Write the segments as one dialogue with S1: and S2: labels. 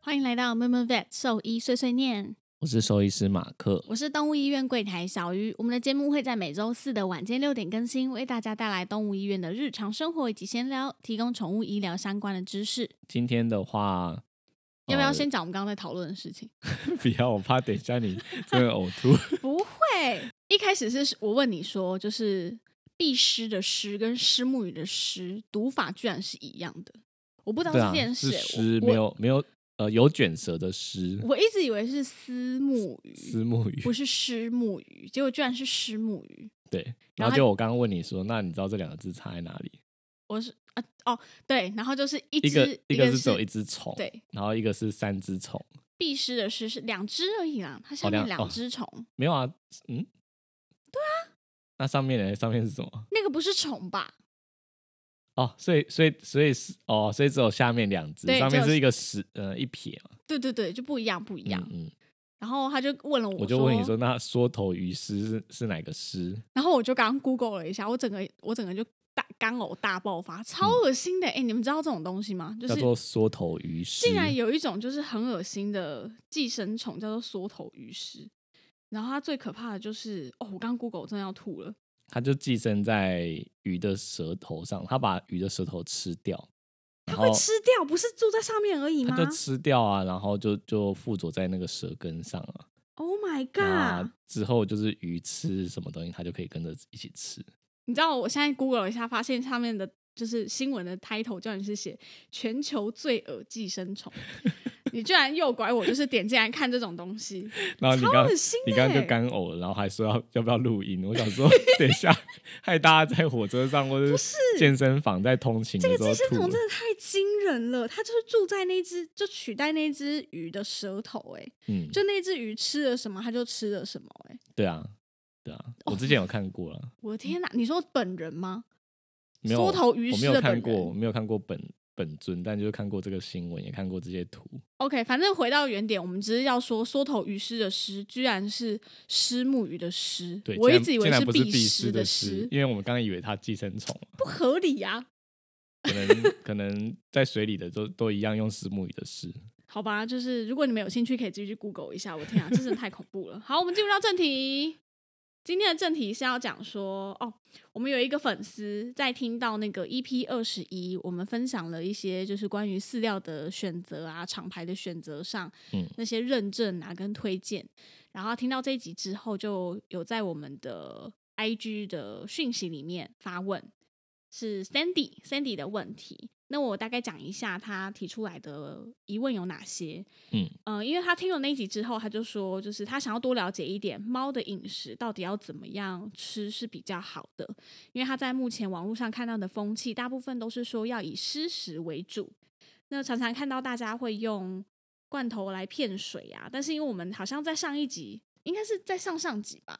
S1: 欢迎来到 m e m Vet 兽医碎碎念，
S2: 我是兽医师马克。
S1: 我是动物医院柜台小鱼。我们的节目会在每周四的晚间六点更新，为大家带来动物医院的日常生活以及闲聊，提供宠物医疗相关的知识。
S2: 今天的话，
S1: 要不要
S2: 呃
S1: 先讲我们刚刚在讨论的事情？
S2: 不要，我怕等一下你 真的呕吐。
S1: 不会，一开始是我问你说，就是必师的师跟师母语的师读法居然是一样的，我不知道
S2: 对
S1: 这
S2: 啊，
S1: 件
S2: 是
S1: 事、
S2: 诗，
S1: 我
S2: 没有没有，呃，有卷舌的诗，
S1: 我一直以为是思慕鱼，
S2: 思慕语
S1: 不。是师母鱼，结果居然是师母鱼。
S2: 对，
S1: 然
S2: 然
S1: 后
S2: 后
S1: 他
S2: 就我刚刚问你说，那你知道这两个字差在哪里？
S1: 我是啊哦对，然后就是一
S2: 一
S1: 只
S2: 个一个
S1: 是
S2: 是只有一只虫，
S1: 对，
S2: 然后一个是三只虫，
S1: 必狮的狮是两只而已啦，它下
S2: 哦
S1: 面
S2: 两
S1: 两
S2: 哦
S1: 只虫，
S2: 没有啊？嗯，对啊。啊那上面呢？上面是什么？
S1: 那个不是虫吧？
S2: 哦，所以所以所以是哦，所以只有下面两只，
S1: 对
S2: 上
S1: 只
S2: 面
S1: 有
S2: 是一个十呃一撇嘛。
S1: 对对对，就不一样不一样。
S2: 嗯嗯，
S1: 然后他就问了我，
S2: 我就问你说，，那缩头鱼诗是是哪个诗？
S1: 然后我就刚刚 Google 了一下，我整个我整个就大干呕大爆发，超恶心的。哎、你们知道这种东西吗？就
S2: 嗯叫
S1: 是
S2: 做缩头鱼虱，
S1: 竟然有一种就是很恶心的寄生虫，叫做缩头鱼虱。然后它最可怕的就是，哦，我刚 Google 真的要吐了。
S2: 它就寄生在鱼的舌头上，它把鱼的舌头吃掉，
S1: 它
S2: 然后
S1: 会吃掉，不是住在上面而已吗
S2: 它就吃掉啊，然后就就附着在那个舌根上啊，
S1: ？Oh my
S2: 那
S1: god！
S2: 之后就是鱼吃什么东西，它就可以跟着一起吃。
S1: 你知道我现在 Google 了一下，发现上面的就是新闻的 title 叫你是写全球最恶寄生虫， 你居然诱拐我，就是点进来看这种东 西，
S2: 然后你
S1: 超
S2: 刚
S1: 恶心、欸！
S2: 你刚刚就干呕了，然后还说要要不要录音，我想说等一下害大家在火车上或者
S1: 是
S2: 健身房在通勤的
S1: 这
S2: 时
S1: 个
S2: 候
S1: 寄生
S2: 吐
S1: 虫
S2: 了。
S1: 真的太惊人了，它就是住在那只就取代那只鱼的舌头、欸，哎，
S2: 嗯，
S1: 就那只鱼吃了什么，它就吃了什么、欸，哎，
S2: 对啊，对啊，我
S1: 哦
S2: 之前有看过啊了。
S1: 我的天哪！你说本人吗？
S2: 没有
S1: 缩头鱼
S2: 我
S1: 虱
S2: 没
S1: 的
S2: 有
S1: 本
S2: 看过，
S1: 人
S2: 我没有看过本本尊，但就是看过这个新闻，也看过这些图。
S1: OK，反正回到原点，我们只是要说缩头鱼虱的虱，居然是虱目鱼的虱
S2: 对，。
S1: 我
S2: 竟
S1: 一
S2: 然
S1: 直以
S2: 竟
S1: 为
S2: 然不
S1: 必
S2: 必
S1: 虱
S2: 虱的虱
S1: 虱，
S2: 因为我们刚刚以为它寄生虫，
S1: 不合理啊呀、
S2: 可 能可能在水里的都都一样用石目鱼的虱。
S1: 好吧，就是如果你们有兴趣，可以自己去 Google 一下。我天啊，这真的太恐怖了。好，我们进入到正题。今天的正题是要讲说，哦，我们有一个粉丝在听到那个 EP 二十一，我们分享了一些就是关于饲料的选择啊、厂牌的选择上，
S2: 嗯
S1: 那些认证啊跟推荐。然后听到这一集之后，就有在我们的 IG 的讯息里面发问，是 Sandy Sandy 的问题。那我大概讲一下他提出来的疑问有哪些。
S2: 嗯，
S1: 呃，因为他听了那一集之后，他就说，就是他想要多了解一点猫的饮食到底要怎么样吃是比较好的。因为他在目前网络上看到的风气，大部分都是说要以湿食为主。那常常看到大家会用罐头来骗水啊，但是因为我们好像在上一集，应该是在上上集吧，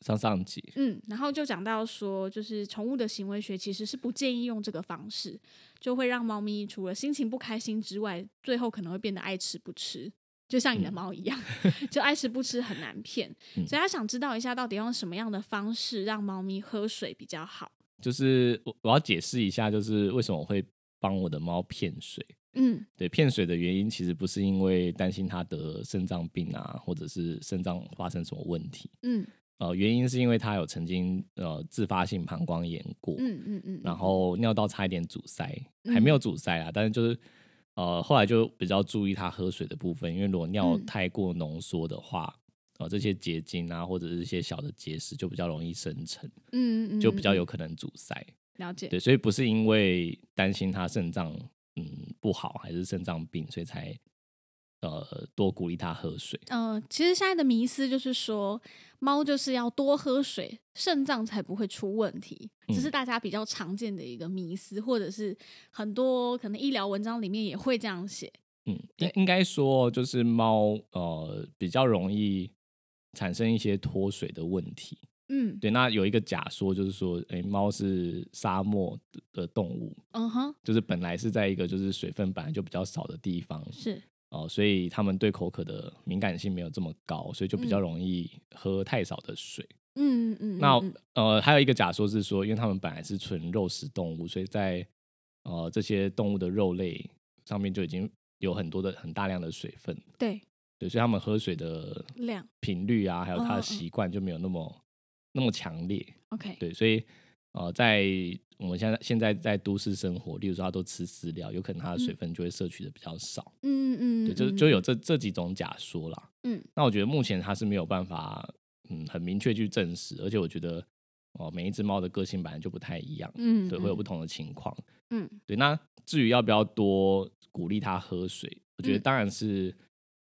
S2: 上上集，
S1: 嗯，然后就讲到说，就是宠物的行为学其实是不建议用这个方式，就会让猫咪除了心情不开心之外，最后可能会变得爱吃不吃，就像你的猫一样， 就爱吃不吃很难骗。
S2: 嗯
S1: 所以他想知道一下，到底用什么样的方式让猫咪喝水比较好？
S2: 就是我我要解释一下，就是为什么我会帮我的猫骗水。
S1: 嗯
S2: 对，骗水的原因其实不是因为担心它得肾脏病啊，或者是肾脏发生什么问题，
S1: 嗯
S2: 呃，原因是因为它有曾经呃自发性膀胱炎过，
S1: 嗯嗯嗯，
S2: 然
S1: 嗯
S2: 后尿道差一点阻塞，还没有阻塞啊，但是就是呃后来就比较注意他喝水的部分，因为如果尿
S1: 嗯
S2: 太过浓缩的话，呃这些结晶啊或者是一些小的结石就比较容易生成，
S1: 嗯嗯
S2: 就比较有
S1: 嗯
S2: 可能阻塞。
S1: 了解，
S2: 对，所以不是因为担心他肾脏嗯不好还是肾脏病，所以才呃多鼓励他喝水。
S1: 呃，其实现在的迷思就是说，猫就是要多喝水，肾脏才不会出问题，这
S2: 嗯
S1: 是大家比较常见的一个迷思，或者是很多可能医疗文章里面也会这样写。
S2: 嗯，应应该说就是猫呃比较容易产生一些脱水的问题。
S1: 嗯
S2: 对，那有一个假说就是说，诶，猫是沙漠的动物，
S1: 嗯哼，
S2: 就是本来是在一个就是水分本来就比较少的地方
S1: 是
S2: 哦、所以它们对口渴的敏感性没有这么高，所以就比较容易喝太少的水。
S1: 嗯嗯，
S2: 那
S1: 嗯
S2: 呃，还有一个假说是说，因为它们本来是纯肉食动物，所以在呃这些动物的肉类上面就已经有很多的很大量的水分，
S1: 对，
S2: 对，所以他们喝水的
S1: 量
S2: 频率啊，还有
S1: 嗯嗯
S2: 他的
S1: 嗯
S2: 习惯就没有那么、那么强烈。
S1: OK，
S2: 对，所以呃，在我们现在现在在都市生活，例如说他都吃饲料，有可能他的水分就会摄取的比较少。
S1: 嗯嗯，
S2: 对，就
S1: 嗯
S2: 就有这这几种假说啦。
S1: 嗯，
S2: 那我觉得目前他是没有办法嗯很明确去证实，而且我觉得哦、每一只猫的个性本来就不太一样，
S1: 嗯，
S2: 对，会有不
S1: 同，
S2: 同的情况。
S1: 嗯
S2: 对，那至于要不要多鼓励它喝水，我觉得
S1: 嗯
S2: 当然是、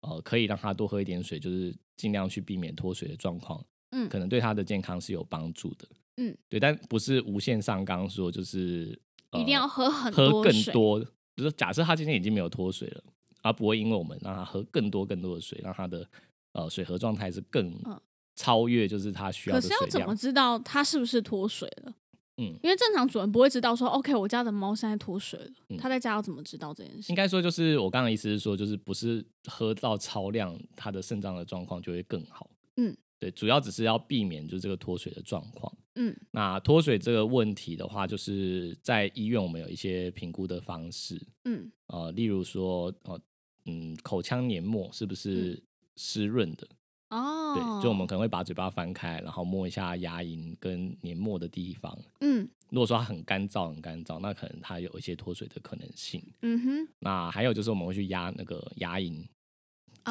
S2: 呃可以让它多喝一点水，就是尽量去避免脱水的状况，
S1: 嗯
S2: 可能对它的健康是有帮助的。
S1: 嗯，
S2: 对，但不是无限上纲说就是、呃、
S1: 一定要喝很
S2: 喝
S1: 多
S2: 更
S1: 水
S2: 多，就是假设它今天已经没有脱水了，而不会因为我们让它喝更多更多的水，让它的呃水合状态是更。
S1: 嗯
S2: 超越就是它需要
S1: 可
S2: 的
S1: 是
S2: 水
S1: 要
S2: 量。
S1: 怎么知道它是不是脱水了？
S2: 嗯
S1: 因为正常主人不会知道说，OK，我家的猫现在脱水了，
S2: 嗯
S1: 它在家要怎么知道这件事？
S2: 应该说就是我刚刚的意思是说，就是不是喝到超量，它的肾脏的状况就会更好。
S1: 嗯，
S2: 对，主要只是要避免就是这个脱水的状况。
S1: 嗯
S2: 那脱水这个问题的话，就是在医院我们有一些评估的方式，
S1: 嗯
S2: 呃，例如说，呃，嗯，口腔黏膜是不是湿润的？
S1: 嗯哦，
S2: 对，就我们可能会把嘴巴翻开，然后摸一下牙龈跟黏膜的地方。
S1: 嗯
S2: 如果说它很干燥，很干燥，那可能它有一些脱水的可能性。
S1: 嗯哼，
S2: 那还有就是我们会去压那个牙龈，假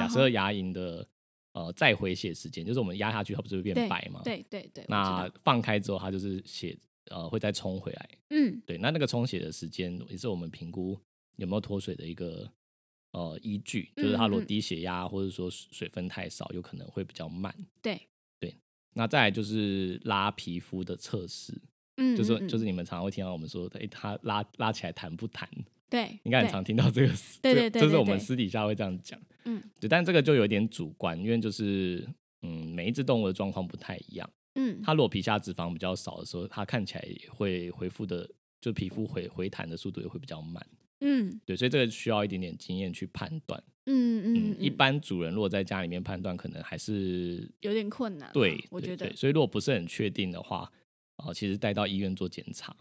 S1: 啊哈
S2: 设牙龈的、呃再回血时间，就是我们压下去，它不是会
S1: 对
S2: 变白吗？。
S1: 对对对，我知
S2: 啊那
S1: 道
S2: 放开之后，它就是血呃会再冲回来。
S1: 嗯
S2: 对，那那个冲血的时间也是我们评估有没有脱水的一个呃依据，就是它如
S1: 嗯嗯
S2: 果
S1: 嗯
S2: 低血压或者说水水分太少，有可能会比较慢。
S1: 对，
S2: 那再来就是拉皮肤的测试，
S1: 嗯，
S2: 就是
S1: 嗯嗯
S2: 就是你们常常会听到我们说，哎、它拉拉起来弹不弹？
S1: 对，
S2: 应该很
S1: 对
S2: 常听到这个词，
S1: 对
S2: 这
S1: 对对
S2: 这
S1: 对
S2: 是我们
S1: 对
S2: 私底下会这样讲，
S1: 嗯，
S2: 对，但这个就有点主观，因为就是嗯，每一只动物的状况不太一样，
S1: 嗯，
S2: 它如果皮下脂肪比较少的时候，它看起来也会恢复的，就皮肤回回弹的速度也会比较慢，
S1: 嗯
S2: 对，所以这个需要一点点经验去判断，
S1: 嗯嗯，
S2: 一
S1: 嗯
S2: 般主人如果在家里面判断，可能还是
S1: 有点困难啦，
S2: 对，
S1: 啊我
S2: 对
S1: 觉得
S2: 对，，所以如果不是很确定的话。哦，其实带到医院做检查，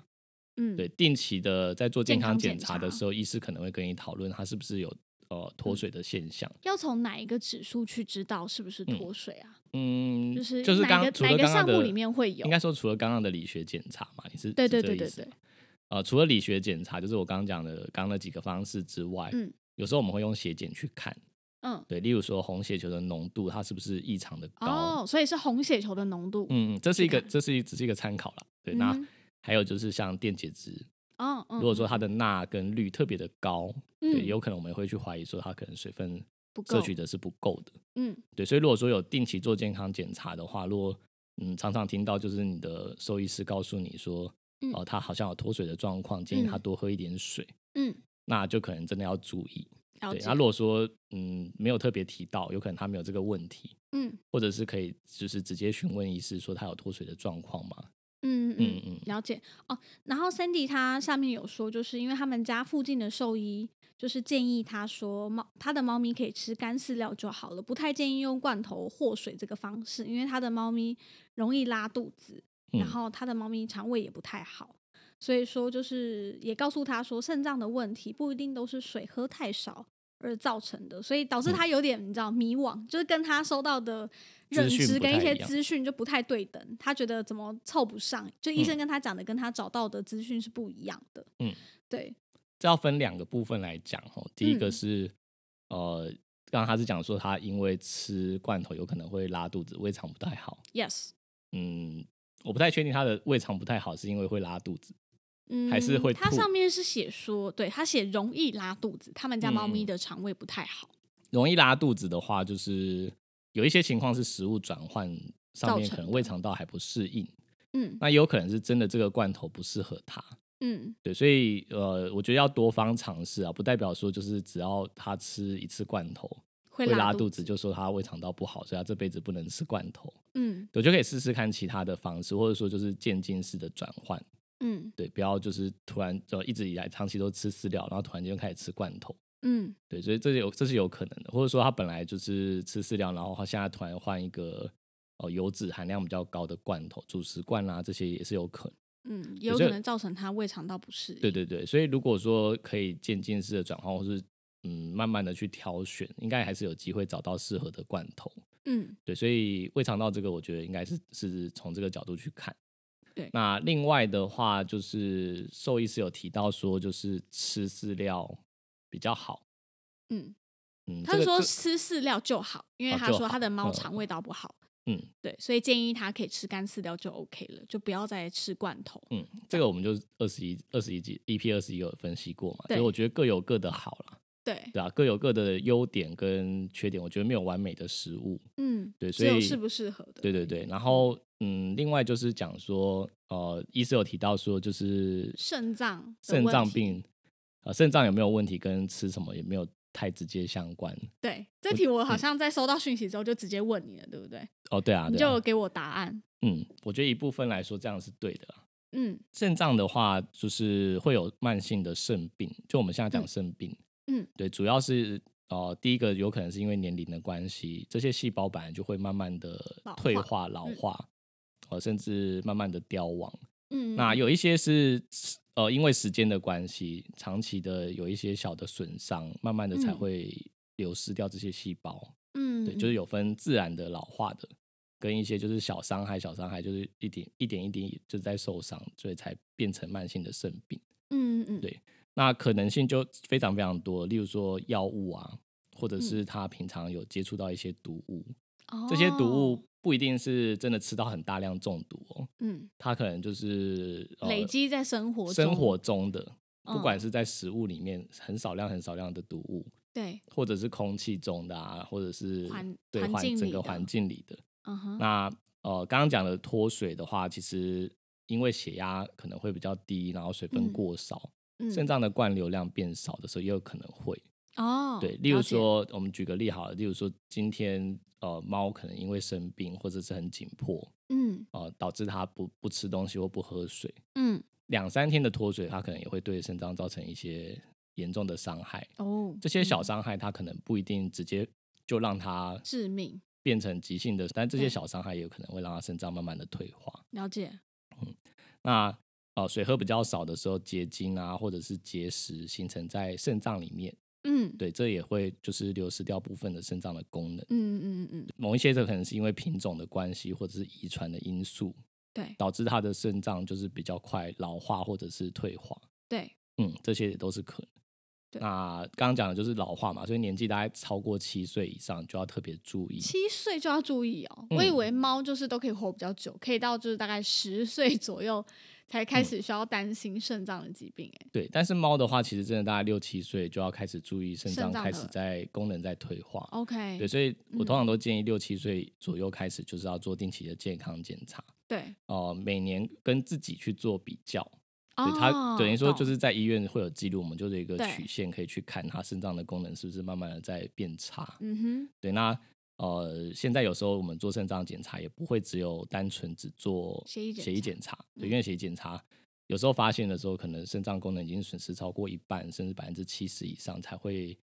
S1: 嗯
S2: 对，定期的在做健
S1: 健康
S2: 康检
S1: 检
S2: 查的
S1: 查嗯
S2: 时候，医师可能会跟你讨论它是不是有呃脱水的现象。
S1: 要从哪一个指数去知道是不是脱水啊？
S2: 嗯，
S1: 就是
S2: 就是
S1: 哪
S2: 刚
S1: 个
S2: 除
S1: 哪
S2: 了
S1: 个
S2: 刚刚
S1: 项目
S2: 的
S1: 里面会有
S2: 应该说除了刚刚的理学检查嘛，你是
S1: 对
S2: 是
S1: 对
S2: 这个
S1: 对
S2: 意
S1: 对
S2: 思
S1: 对
S2: 吗，呃，除了理学检查，就是我刚刚讲的刚刚那几个方式之外，
S1: 嗯
S2: 有时候我们会用血检去看，
S1: 嗯，
S2: 对，例如说红血球的浓度它是不是异常的高，
S1: 哦，所以是红血球的浓度，
S2: 嗯，这是一个
S1: 去看
S2: 这是一只是一个参考啦，对，
S1: 嗯
S2: 那
S1: 哼
S2: 还有就是像电解质，
S1: 哦，嗯
S2: 如果说
S1: 嗯
S2: 它的钠跟氯特别的高，对，
S1: 嗯
S2: 有可能我们会去怀疑说它可能水分
S1: 不够
S2: 摄取的是不够的。
S1: 嗯
S2: 对，所以如果说有定期做健康检查的话，如果嗯常常听到就是你的兽医师告诉你说，哦、
S1: 嗯
S2: 他好像有脱水的状况，建议他
S1: 嗯
S2: 多喝一点水，
S1: 嗯，
S2: 那就可能真的要注意。
S1: 了
S2: 对，
S1: 解
S2: 那，如果说嗯没有特别提到，有可能他没有这个问题，
S1: 嗯
S2: 或者是可以就是直接询问医师说他有脱水的状况吗？
S1: 嗯嗯
S2: 嗯嗯，
S1: 了解哦。然后 Sandy 他下面有说，就是因为他们家附近的兽医就是建议他说，猫他的猫咪可以吃干饲料就好了，不太建议用罐头或水这个方式，因为他的猫咪容易拉肚子，然
S2: 嗯
S1: 后他的猫咪肠胃也不太好。所以说，就是也告诉他说，肾脏的问题不一定都是水喝太少而造成的，所以导致他有点你知道迷惘，就是跟他收到的认
S2: 嗯资讯
S1: 知
S2: 不
S1: 跟一
S2: 太
S1: 些
S2: 一样
S1: 资讯就不太对等，他觉得怎么凑不上，就医生跟他讲的跟他找到的资讯是不一样的。
S2: 嗯，
S1: 对，
S2: 这要分两个部分来讲哦。第一个
S1: 嗯
S2: 是、呃，刚刚他是讲说他因为吃罐头有可能会拉肚子，胃肠不太好。
S1: yes，
S2: 嗯，我不太确定他的胃肠不太好是因为会拉肚子，
S1: 嗯，
S2: 还是会
S1: 它
S2: 吐
S1: 上面是写说，对，它写容易拉肚子，他们家猫咪
S2: 嗯嗯
S1: 的肠胃不太好。
S2: 容易拉肚子的话，就是有一些情况是食物转换上面
S1: 造成
S2: 可能
S1: 的
S2: 胃肠道还不适应，
S1: 嗯
S2: 那也有可能是真的这个罐头不适合它。
S1: 嗯
S2: 对，所以呃，我觉得要多方尝试啊，不代表说就是只要他吃一次罐头
S1: 会
S2: 会
S1: 拉
S2: 拉
S1: 肚
S2: 肚子，就说他胃肠道不好，所以他这辈子不能吃罐头。
S1: 嗯
S2: 我就可以试试看其他的方式，或者说就是渐进式的转换。
S1: 嗯
S2: 对，不要就是突然就一直以来长期都吃饲料，然后突然间就开始吃罐头。
S1: 嗯
S2: 对，所以这是有这是有可能的，或者说他本来就是吃饲料，然后他现在突然换一个呃油脂含量比较高的罐头、主食罐啦、这些也是有可能。
S1: 嗯，有可
S2: 所以
S1: 能造成它胃肠道不适应。
S2: 对对对，所以如果说可以渐进式的转换，或是嗯慢慢的去挑选，应该还是有机会找到适合的罐头。
S1: 嗯，
S2: 对，所以胃肠道这个，我觉得应该是是从这个角度去看。
S1: 对
S2: 那另外的话，就是兽医师有提到说，就是吃饲料比较好。
S1: 嗯，
S2: 嗯，
S1: 他
S2: 这
S1: 是
S2: 个
S1: 说
S2: 这
S1: 吃饲料就好，因为
S2: 哦
S1: 他
S2: 就
S1: 说他
S2: 好
S1: 的猫
S2: 嗯
S1: 肠胃道不好，
S2: 嗯
S1: 对，所以建议他可以吃干饲料就 OK 了，就不要再吃罐头。
S2: 嗯，这个我们就二十一二十一集 EP 二十一有分析过嘛，所以
S1: 对
S2: 我觉得各有各的好啦，
S1: 对，
S2: 对啊，各有各的优点跟缺点，我觉得没有完美的食物。
S1: 嗯，
S2: 对
S1: 只
S2: 所
S1: 有
S2: 以
S1: 适不适合的。
S2: 对对对，然后嗯，另外就是讲说，呃，医师有提到说，就是
S1: 肾脏的
S2: 肾
S1: 问
S2: 脏
S1: 题
S2: 病，呃，肾脏有没有问题跟吃什么也没有太直接相关。
S1: 对，这题
S2: 嗯
S1: 我好像在收到讯息之后就直接问你了，对不对？
S2: 哦，对啊，
S1: 你
S2: 对
S1: 就
S2: 啊，
S1: 给我答案。
S2: 嗯，我觉得一部分来说这样是对的啦。
S1: 嗯
S2: 肾脏的话，就是会有慢性的肾病，就我们现在
S1: 嗯
S2: 讲肾病，
S1: 嗯，
S2: 对，主要是呃，第一个有可能是因为年龄的关系，这些细胞本来就会慢慢的
S1: 老
S2: 退
S1: 化
S2: 化、老
S1: 嗯
S2: 化，呃，甚至慢慢的凋亡。
S1: 嗯，
S2: 那有一些是呃，因为时间的关系，长期的有一些小的损伤，慢慢的才
S1: 嗯
S2: 会流失掉这些细胞。
S1: 嗯，
S2: 对，就是有分自然的老化的，跟一些就是小伤害、小伤害，就是一点一点一滴就在受伤，所以才变成慢性的肾病。
S1: 嗯嗯嗯
S2: 对那可能性就非常非常多，例如说药物啊，或者
S1: 嗯
S2: 是他平常有接触到一些毒物，
S1: 哦
S2: 这些毒物不一定是真的吃到很大量中毒哦，
S1: 嗯
S2: 它可能就是、呃
S1: 累积在生活
S2: 生
S1: 中
S2: 活中的，
S1: 嗯
S2: 不管是在食物里面很少量很少量的毒物，
S1: 对，
S2: 或者是空气中的啊，或者是
S1: 环
S2: 对
S1: 环境
S2: 整
S1: 里
S2: 个
S1: 的
S2: 环境里的。
S1: 嗯哼，
S2: 那呃，刚刚讲的脱水的话，其实因为血压可能会比较低，然后水
S1: 嗯
S2: 分过少，
S1: 嗯
S2: 肾脏的灌流量变少的时候，也有可能会。
S1: 哦，
S2: 对，例如
S1: 了解，
S2: 说，我们举个例好了，例如说今天呃，猫可能因为生病或者是很紧迫，
S1: 嗯
S2: 呃，导致它不不吃东西或不喝水，
S1: 嗯
S2: 两三天的脱水，它可能也会对肾脏造成一些严重的伤害。
S1: 哦，
S2: 这些小
S1: 嗯
S2: 伤害，它可能不一定直接就让它
S1: 致命
S2: 变成急性的，但这些
S1: 对
S2: 小伤害也有可能会让它肾脏慢慢的退化。
S1: 了解，
S2: 那呃，水喝比较少的时候，结晶啊，或者是结石形成在肾脏里面，
S1: 嗯
S2: 对，这也会就是流失掉部分的肾脏的功能。
S1: 嗯嗯嗯嗯，
S2: 某一些这可能是因为品种的关系，或者是遗传的因素，
S1: 对
S2: 导致它的肾脏就是比较快老化或者是退化。
S1: 对，
S2: 嗯，这些也都是可能。
S1: 对
S2: 那刚刚讲的就是老化嘛，所以年纪大概超过七岁以上就要特别注意。
S1: 七岁就要注意哦。我以
S2: 嗯
S1: 为猫就是都可以活比较久，可以到就是大概十岁左右才
S2: 嗯
S1: 开始需要担心肾脏的疾病，哎，
S2: 对，但是猫的话，其实真的大概六七岁就要开始注意肾
S1: 肾
S2: 脏
S1: 脏
S2: 开
S1: 的
S2: 始在功能在退化。
S1: OK，嗯
S2: 对，所以我通常都建议六七岁左右开始就是要做定期的健康检查，
S1: 对，
S2: 哦，每年跟自己去做比较。对它等于说就
S1: 哦懂
S2: 是在医院会有记录，我们就是一个
S1: 对
S2: 曲线可以去看它肾脏的功能是不是慢慢的在变差。
S1: 嗯
S2: 对，那呃，现在有时候我们做肾脏检查也不会只有单纯只做
S1: 血液检查
S2: 检查，对，
S1: 嗯
S2: 因为血液检查有时候发现的时候，可能肾脏功能已经损失超过一半，甚至百分之七十以上才会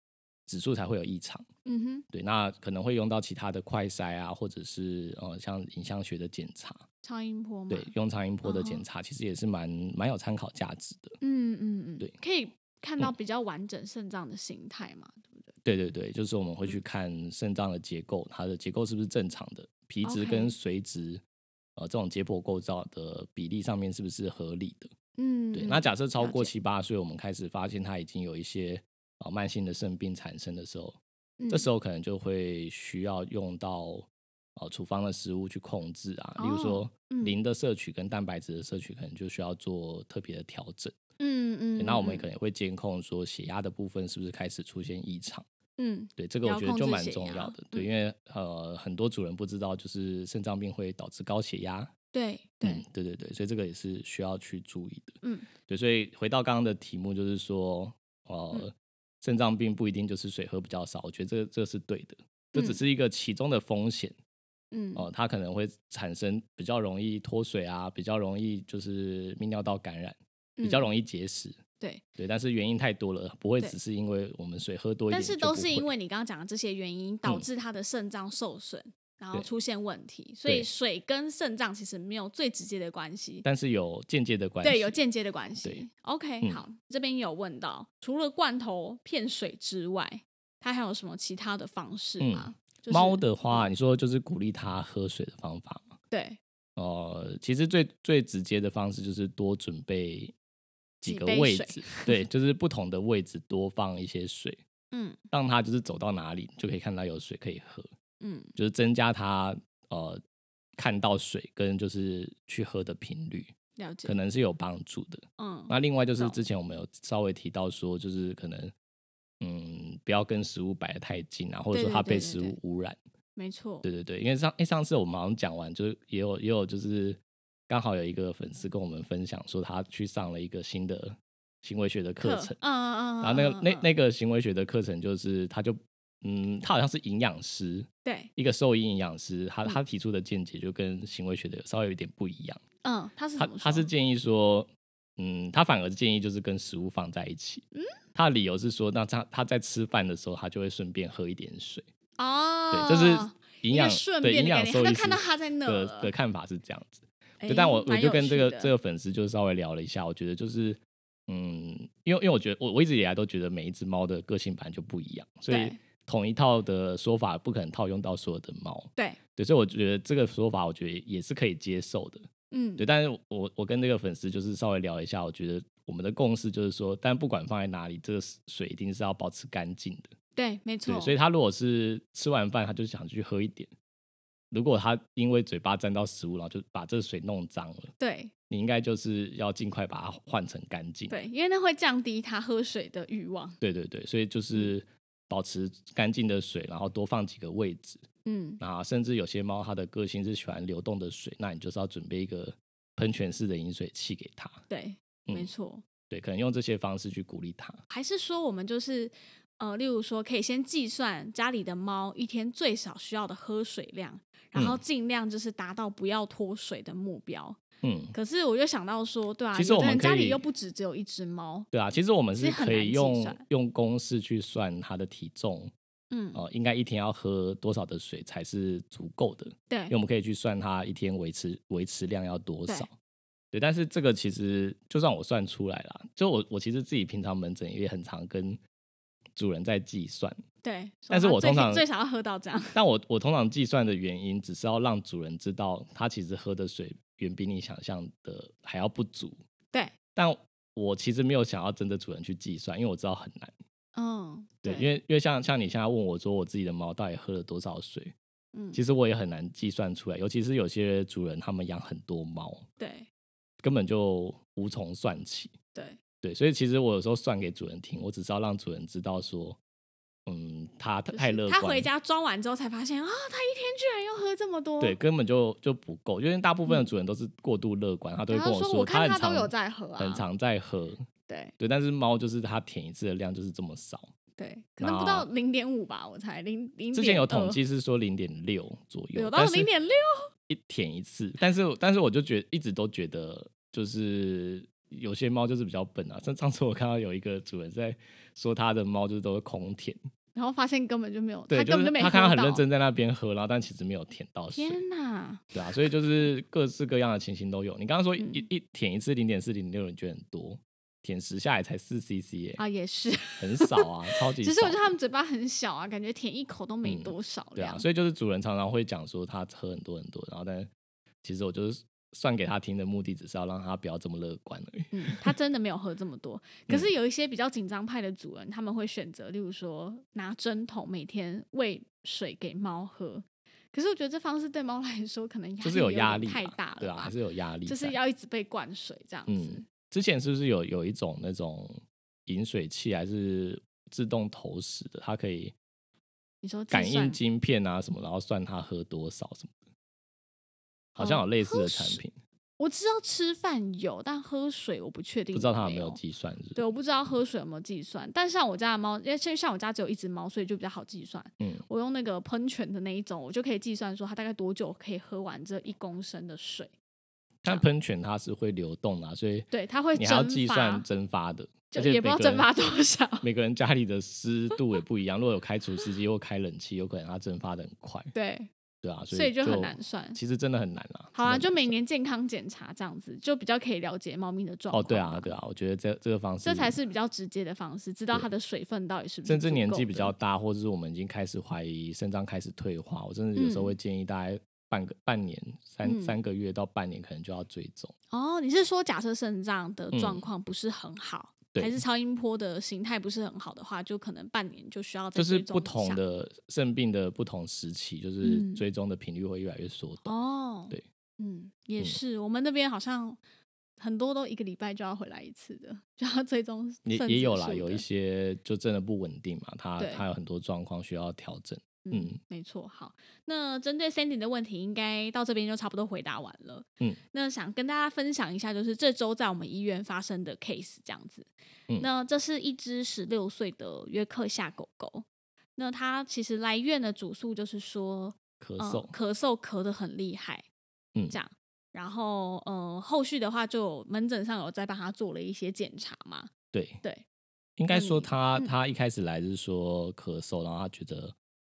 S2: 指数才会有异常。
S1: 哼嗯哼，
S2: 对，那可能会用到其他的快筛啊，或者是呃像影像学的检查，
S1: 超音波嘛，
S2: 对，用超音波的
S1: 哦
S2: 检查，其实也是蛮蛮有参考价值的。
S1: 嗯嗯嗯，
S2: 对，嗯
S1: 可以看到比较完整肾脏的形态嘛，对不对？
S2: 对对对，就是我们
S1: 嗯
S2: 会去看肾脏的结构，它的结构是不是正常的，皮质
S1: OK
S2: 跟髓质，呃，这种解剖构造的比例上面是不是合理的？
S1: 嗯，
S2: 对，
S1: 嗯
S2: 那假设超
S1: 了
S2: 过
S1: 解
S2: 七八岁，我们开始发现它已经有一些呃慢性的肾病产生的时候，这时
S1: 嗯
S2: 候可能就会需要用到呃处方的食物去控制啊，例如说
S1: 哦嗯
S2: 磷的摄取跟蛋白质的摄取，可能就需要做特别的调整。
S1: 嗯嗯
S2: 对
S1: 嗯，
S2: 那我们
S1: 嗯
S2: 可能也会监控说血压的部分是不是开始出现异常。
S1: 嗯
S2: 对，这个
S1: 要
S2: 我觉得
S1: 控
S2: 就
S1: 制
S2: 蛮
S1: 血
S2: 重
S1: 压嗯
S2: 要的，对，因为呃，很多主人不知道，就是肾脏病会导致高血压，
S1: 对
S2: 嗯
S1: 对，
S2: 对对对，所以这个也是需要去注意的，
S1: 嗯
S2: 对，所以回到刚刚的题目，就是说，呃，
S1: 嗯
S2: 肾脏病不一定就是水喝比较少，我觉得这这是对的，这只
S1: 嗯
S2: 是一个其中的风险
S1: 嗯
S2: 哦、呃它可能会产生比较容易脱水啊，比较容易就是泌尿道感染，比较
S1: 嗯
S2: 容易结石，
S1: 对，
S2: 对，但是原因太多了，不会
S1: 对
S2: 只是因为我们水喝多一
S1: 但
S2: 点就不
S1: 是
S2: 会，
S1: 都是因为你刚刚讲的这些原因导
S2: 嗯
S1: 致他的肾脏受损，然后
S2: 对
S1: 出现问题，所以
S2: 对
S1: 水跟肾脏其实没有最直接的关系，
S2: 但是有间接的关系。
S1: 对，有间接的关系
S2: 对。
S1: OK，、
S2: 嗯
S1: 好，这边有问到，除了罐头骗水之外，它还有什么其他的方式吗？就是
S2: 嗯
S1: 嗯
S2: 猫的话，你说就是鼓励它喝水的方法嘛？
S1: 对
S2: 哦、其实最最直接的方式就是多准备
S1: 几
S2: 几个
S1: 杯
S2: 位
S1: 水
S2: 置，对，就是不同的位置多放一些水，
S1: 嗯
S2: 让它就是走到哪里就可以看到有水可以喝，
S1: 嗯
S2: 就是增加它呃看到水跟就是去喝的频率，
S1: 了解
S2: 可能是有帮助的。
S1: 嗯
S2: 那另外就是
S1: 懂
S2: 之前我们有稍微提到说，就是可能嗯不要跟食物摆得太近啊，或者
S1: 对
S2: 说
S1: 对
S2: 它
S1: 对
S2: 被
S1: 对
S2: 食
S1: 对
S2: 物污染。
S1: 没错
S2: 对对对，因为上、诶上次我们好像讲完，就是也有也有就是刚好有一个粉丝跟我们分享说，他去上了一个新的行为学的课程，
S1: 嗯嗯嗯，
S2: 然后那个
S1: 嗯
S2: 那
S1: 嗯
S2: 那个行为学的课程就是他就嗯，他好像是营养师，
S1: 对
S2: 一个兽医营养师，他他提出的见解就跟行为学的稍微有一点不一样，
S1: 嗯，他是
S2: 他
S1: 怎么
S2: 他是
S1: 说
S2: 建议说。嗯，他反而建议就是跟食物放在一起。
S1: 嗯
S2: 他的理由是说，那他他在吃饭的时候，他就会顺便喝一点水。
S1: 哦，
S2: 对，这是营
S1: 一个
S2: 养
S1: 哦顺
S2: 对
S1: 便
S2: 营
S1: 的概
S2: 养
S1: 念，
S2: 兽
S1: 他
S2: 医
S1: 就看
S2: 师
S1: 到他在那
S2: 的
S1: 了
S2: 的看法是这样子。
S1: 哎
S2: 对，但我我
S1: 蛮
S2: 就
S1: 有
S2: 跟这
S1: 趣
S2: 个
S1: 的
S2: 这个粉丝就稍微聊了一下，我觉得就是嗯，因为因为我觉得我我一直以来都觉得每一只猫的个性本来就不一样，所以
S1: 对
S2: 同一套的说法不可能套用到所有的猫。
S1: 对，
S2: 对，所以我觉得这个说法我觉得也是可以接受的。
S1: 嗯
S2: 对，但是我我跟这个粉丝就是稍微聊一下，我觉得我们的共识就是说，但不管放在哪里，这个水一定是要保持干净的。
S1: 对，没错，
S2: 对，所以他如果是吃完饭，他就想去喝一点。如果他因为嘴巴沾到食物，然后就把这水弄脏了，
S1: 对
S2: 你应该就是要尽快把它换成干净。
S1: 对，因为那会降低他喝水的欲望。
S2: 对对对所以
S1: 嗯
S2: 就是保持干净的水，然后多放几个位置。
S1: 嗯，
S2: 那甚至有些猫它的个性是喜欢流动的水，那你就是要准备一个喷泉式的饮水器给它。
S1: 对，
S2: 嗯
S1: 没错。
S2: 对，可能用这些方式去鼓励它。
S1: 还是说我们就是呃，例如说可以先计算家里的猫一天最少需要的喝水量，然后
S2: 嗯
S1: 尽量就是达到不要脱水的目标。
S2: 嗯，
S1: 可是我又想到说，对啊，
S2: 其实
S1: 有
S2: 我
S1: 的
S2: 们
S1: 人家
S2: 可
S1: 里
S2: 以
S1: 又不止只有一只猫。
S2: 对啊，其实我们
S1: 其
S2: 是
S1: 实很
S2: 可
S1: 难
S2: 以
S1: 计
S2: 用
S1: 算
S2: 用公式去算它的体重，
S1: 嗯，
S2: 哦，应该一天要喝多少的水才是足够的？
S1: 对
S2: 因为，我们可以去算它一天维持维持量要多
S1: 对
S2: 少。对，但是这个其实就算我算出来啦，就我我其实自己平常门诊也很常跟主人在计算，
S1: 对。说
S2: 但是
S1: 他
S2: 我
S1: 最
S2: 通常
S1: 最想要喝到这样。
S2: 但我我通常计算的原因只是要让主人知道他其实喝的水远比你想象的还要不足，
S1: 对，
S2: 但我其实没有想要真的主人去计算，因为我知道很难。
S1: 嗯，
S2: 对，因为因为像像你现在问我说我自己的猫到底喝了多少水，
S1: 嗯，
S2: 其实我也很难计算出来，尤其是有些主人他们养很多猫，
S1: 对
S2: 根本就无从算起。
S1: 对
S2: 对，所以其实我有时候算给主人听，我只是要让主人知道说，嗯，他
S1: 就是
S2: 太乐观，
S1: 他回家装完之后才发现啊，他一天居然要喝这么多。
S2: 对，根本就就不够，因为大部分的主人都是过度乐观，他都会
S1: 然后
S2: 跟
S1: 嗯啊说
S2: 说
S1: 我看
S2: 很
S1: 他
S2: 常
S1: 都有在喝啊
S2: 很常在喝，
S1: 对
S2: 对，但是猫就是它舔一次的量就是这么少。
S1: 对，可能不到
S2: 那
S1: 零点五吧，我才零零。
S2: 之前有统计是说零点六左右，
S1: 有到
S2: 但是
S1: 0.6
S2: 一舔一次，但是但是我就觉一直都觉得就是有些猫就是比较笨啊。上上次我看到有一个主人在说他的猫就是都是空舔，
S1: 然后发现根本就没有，
S2: 对，
S1: 他根
S2: 就
S1: 本
S2: 是
S1: 没
S2: 他看
S1: 喝
S2: 他很认
S1: 到。
S2: 真在那边喝，然后但其实没有舔到水，
S1: 天哪，
S2: 对啊，所以就是各式各样的情形都有。你刚刚说一、
S1: 嗯
S2: 一舔一次零点四零六，你觉得很多？舔十下也才四 CC 耶、
S1: 啊也是，
S2: 很少啊，超 级
S1: 只
S2: 少。
S1: 是我觉得他们嘴巴很小啊，感觉舔一口都没
S2: 嗯
S1: 多少
S2: 对
S1: 量。
S2: 啊，所以就是主人常常会讲说他喝很多很多，然后但其实我就是算给他听的目的，只是要让他不要这么乐观而已。
S1: 嗯，他真的没有喝这么 多。
S2: 嗯
S1: 可是有一些比较紧张派的主人，他们会选择，例如说拿针筒每天喂水给猫喝。可是我觉得这方式对猫来说可能压
S2: 就是有
S1: 点
S2: 压力吧，
S1: 太大
S2: 对
S1: 了
S2: 啊，
S1: 吧，
S2: 还是有压力在，
S1: 就是要一直被灌水这样子。
S2: 嗯。之前是不是有有一种那种饮水器还是自动投食的，它可以
S1: 你说计
S2: 感应
S1: 算
S2: 晶片啊什么，然后算它喝多少什么的，好像
S1: 哦
S2: 有类似
S1: 喝
S2: 的产
S1: 水
S2: 品，
S1: 我知道吃饭有，但喝水我不确定，
S2: 不知道它有
S1: 没
S2: 没有。计算是不
S1: 哦对，
S2: 是？
S1: 我不知道喝水有没有计算，但像我家的猫，因为像像我家只有一只猫，所以就比较好计算。
S2: 嗯，
S1: 我用那个喷泉的那一种，我就可以计算说它大概多久可以喝完这一公升的水。
S2: 但喷泉它是会流动的啊，所以
S1: 对，它会
S2: 你还要
S1: 蒸
S2: 计算
S1: 发，
S2: 蒸发的，
S1: 就
S2: 而且
S1: 也不知道
S2: 每个
S1: 蒸
S2: 人
S1: 发多少。
S2: 每个人家里的湿度也不一样，如果有开除湿机或开冷气，有可能它蒸发的很快。
S1: 对，
S2: 对啊，
S1: 所以
S2: 就
S1: 就很难算。
S2: 其实真的很难啊。
S1: 好啊，
S2: 真
S1: 就
S2: 的
S1: 每年健康检查这样子，就比较可以了解猫咪的状
S2: 哦，
S1: 况。
S2: 对啊，对啊，我觉得这这个方式，
S1: 这才是比较直接的方式，知道
S2: 对
S1: 它的水分到底是不是
S2: 甚至
S1: 足
S2: 年
S1: 够
S2: 纪比
S1: 的
S2: 较大，或者是我们已经开始怀疑肾脏开始退化，我真的有时候
S1: 嗯
S2: 会建议大概半个半年、三、
S1: 嗯
S2: 三个月到半年，可能就要追踪。
S1: 哦。你是说，假设肾脏的
S2: 嗯
S1: 状况不是很好，
S2: 对
S1: 还是超音波的形态不是很好的话，就可能半年就需要再
S2: 就是
S1: 追踪
S2: 不
S1: 一
S2: 同
S1: 下
S2: 的肾病的不同时期，就是
S1: 嗯
S2: 追踪的频率会越来越缩短。
S1: 哦。
S2: 对，
S1: 嗯，也
S2: 嗯
S1: 是，我们那边好像很多都一个礼拜就要回来一次的，就要追踪
S2: 也
S1: 肾
S2: 也
S1: 指
S2: 有啦，
S1: 数
S2: 有
S1: 的
S2: 一些就真的不稳定嘛，它
S1: 对
S2: 它有很多状况需要调整。
S1: 嗯
S2: 嗯，
S1: 没错。好，那针对 Sandy 的问题，应该到这边就差不多回答完了。
S2: 嗯，
S1: 那想跟大家分享一下，就是这周在我们医院发生的 case 这样子。
S2: 嗯
S1: 那这是一只十六岁的约克夏狗狗。那它其实来院的主诉就是说，
S2: 咳
S1: 呃
S2: 嗽，
S1: 咳嗽咳得很厉害，
S2: 嗯
S1: 这样。然后，呃，后续的话就有门诊上有在帮他做了一些检查嘛，
S2: 对，
S1: 对，
S2: 应该说
S1: 你
S2: 他
S1: 嗯
S2: 他一开始来是说咳嗽，然后他觉得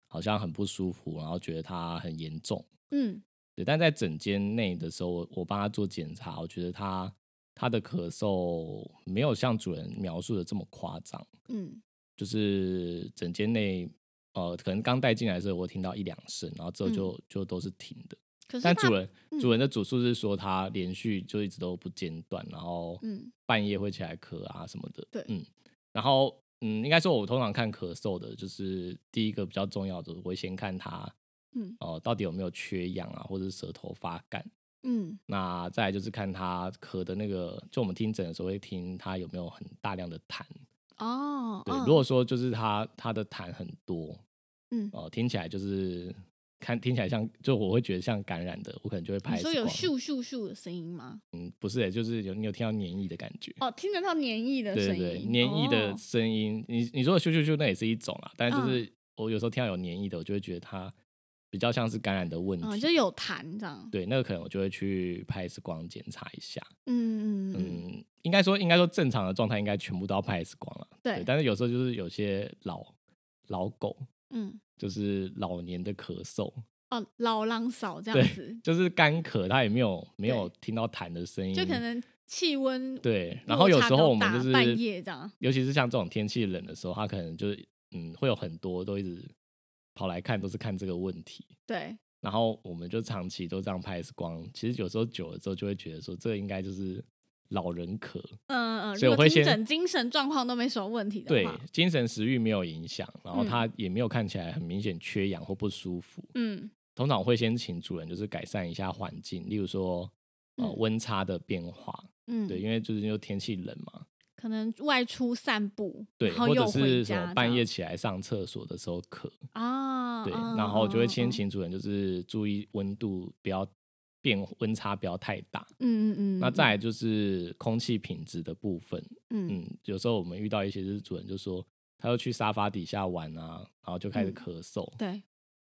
S2: 好像很不舒服，然后觉得他很严重。
S1: 嗯，
S2: 对，但在整间内的时候，我我帮他做检查，我觉得他他的咳嗽没有像主人描述的这么夸张，
S1: 嗯，
S2: 就是整间内呃，可能刚带进来的时候，我听到一两声，然后
S1: 嗯
S2: 之后就、就都是停的。
S1: 可是
S2: 但
S1: 它
S2: 主人、
S1: 嗯
S2: 主人的主诉是说他连续就一直都不间断，然后
S1: 嗯
S2: 半夜会起来咳啊什么的。
S1: 对
S2: 嗯，然后嗯，应该说我通常看咳嗽的，就是第一个比较重要的，我会先看他
S1: 嗯
S2: 哦、呃到底有没有缺氧啊，或者是舌头发干。
S1: 嗯
S2: 那再来就是看他咳的那个，就我们听诊的时候会听他有没有很大量的痰。
S1: 哦，
S2: 对，
S1: 嗯
S2: 如果说就是他他的痰很多，
S1: 嗯
S2: 哦、听起来就是看听起来像，就我会觉得像感染的，我可能就会拍
S1: 你
S2: X
S1: 说
S2: 光。
S1: 有咻咻咻的声音吗？
S2: 嗯，不是、欸，就是有你有听到黏液的感觉。
S1: 哦，听得到黏液的
S2: 对
S1: 声
S2: 对
S1: 音，
S2: 对，黏液
S1: 哦
S2: 的
S1: 嗯
S2: 声音，你你说的咻咻咻那也是一种啦，但就是我有时候听到有黏液的，我就会觉得它比较像是感染的问
S1: 嗯、
S2: 题。
S1: 就有痰这样。
S2: 对，那个可能我就会去拍 X 光检查一下。
S1: 嗯嗯嗯，
S2: 嗯，应该说应该说正常的状态应该全部都要拍 X 光了。
S1: 对，
S2: 但是有时候就是有些老老狗，
S1: 嗯，
S2: 就是老年的咳嗽，
S1: 哦，老狼嫂这
S2: 对
S1: 样子，
S2: 就是干咳，它也没有没有听到痰的声音，
S1: 就可能气温
S2: 嗯对。然
S1: 落
S2: 后有
S1: 差
S2: 时
S1: 比较
S2: 候我们
S1: 大
S2: 就是
S1: 半夜这样，
S2: 尤其是像这种天气冷的时候，它可能就是嗯会有很多都一直跑来看，都是看这个问题。
S1: 对，
S2: 然后我们就长期都这样拍 X 光，其实有时候久了之后就会觉得说，这应该就是老人咳，
S1: 嗯嗯嗯，
S2: 所以
S1: 如
S2: 我
S1: 果
S2: 会
S1: 听
S2: 先
S1: 诊精神状况都没什么问题的
S2: 对
S1: 话，，
S2: 精神食欲没有影响，然后
S1: 嗯
S2: 它也没有看起来很明显缺氧或不舒服。
S1: 嗯
S2: 通常我会先请主人就是改善一下环境，例如说呃
S1: 嗯
S2: 温差的变化，
S1: 嗯，
S2: 对，，因为就是因为天气冷嘛，
S1: 可能外出散步，
S2: 对，
S1: 然后
S2: 或者
S1: 又
S2: 是
S1: 回
S2: 什
S1: 家
S2: 么
S1: 这
S2: 半
S1: 样
S2: 夜起来上厕所的时候咳，
S1: 啊，
S2: 对，
S1: 嗯
S2: 然后就会
S1: 嗯
S2: 先
S1: 嗯
S2: 请主人就是注意温度不要变温差不要太大。
S1: 嗯嗯嗯，
S2: 那
S1: 嗯
S2: 再来就是空气品质的部分，
S1: 嗯
S2: 嗯，有时候我们遇到一些就是主人就说他要去沙发底下玩啊，然后就开始
S1: 嗯
S2: 咳嗽，
S1: 对，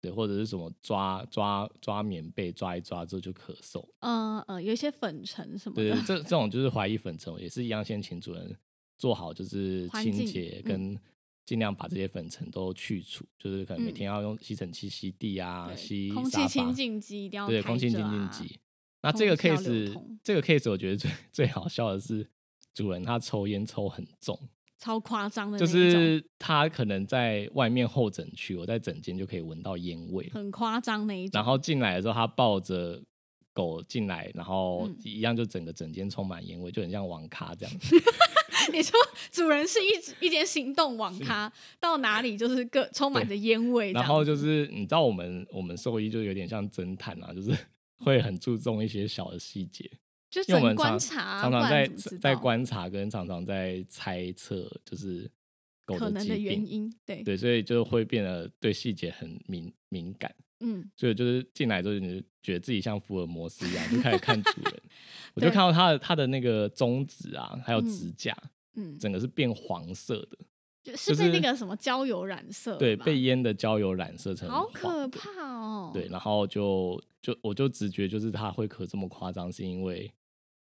S2: 对，或者是什么抓抓抓棉被抓一抓之后就咳嗽，
S1: 嗯嗯，有一些粉尘什么
S2: 对
S1: 的，，
S2: 这这种就是怀疑粉尘，也是一样，先请主人做好就是
S1: 环
S2: 清
S1: 境
S2: 洁
S1: 嗯
S2: 跟尽量把这些粉尘都去除，就是可能
S1: 嗯
S2: 每天要用吸尘器吸地啊，
S1: 对
S2: 吸
S1: 空
S2: 沙
S1: 气清
S2: 发
S1: 净机一定要
S2: 对，
S1: 开
S2: 空气
S1: 着
S2: 清净
S1: 啊
S2: 机。那
S1: 空
S2: 这个
S1: 气要流
S2: case
S1: 通
S2: 这个 case 我觉得最最好笑的是主人他抽烟抽很重，
S1: 超夸张的那
S2: 就
S1: 一种，
S2: 是他可能在外面候诊区，我在诊间就可以闻到烟味，
S1: 很夸张那一种。
S2: 然后进来的时候，他抱着狗进来，然后
S1: 嗯
S2: 一样就整个整间充满烟味，就很像网 咖这样。
S1: 你说 主人是一直一间行动网咖，到哪里就是各充满着烟味这样，
S2: 然后就是你知道我们我们兽医就有点像侦探啊，就是 会很注重一些小的细节，
S1: 就
S2: 因为我
S1: 整
S2: 们常
S1: 观察啊，
S2: 常
S1: 不
S2: 常
S1: 然
S2: 在
S1: 怎么知
S2: 在
S1: 道
S2: 观察跟常常在猜测，就是狗
S1: 可能
S2: 疾
S1: 的
S2: 病
S1: 原因，对，
S2: 对，所以就会变得对细节很敏敏感。
S1: 嗯，
S2: 所以就是进来之后，你就觉得自己像福尔摩斯一样，就开始看主 人。我就
S1: 对
S2: 看到他的他的那个中指啊，还有
S1: 嗯
S2: 指甲，
S1: 嗯，
S2: 整个是变黄色的，
S1: 就是
S2: 就是
S1: 被那个什么焦油染色了吧，
S2: 对，被烟的焦油染色成
S1: 好
S2: 黄
S1: 可怕哦，
S2: 对，，然后就就我就直觉就是他会咳这么夸张，是因为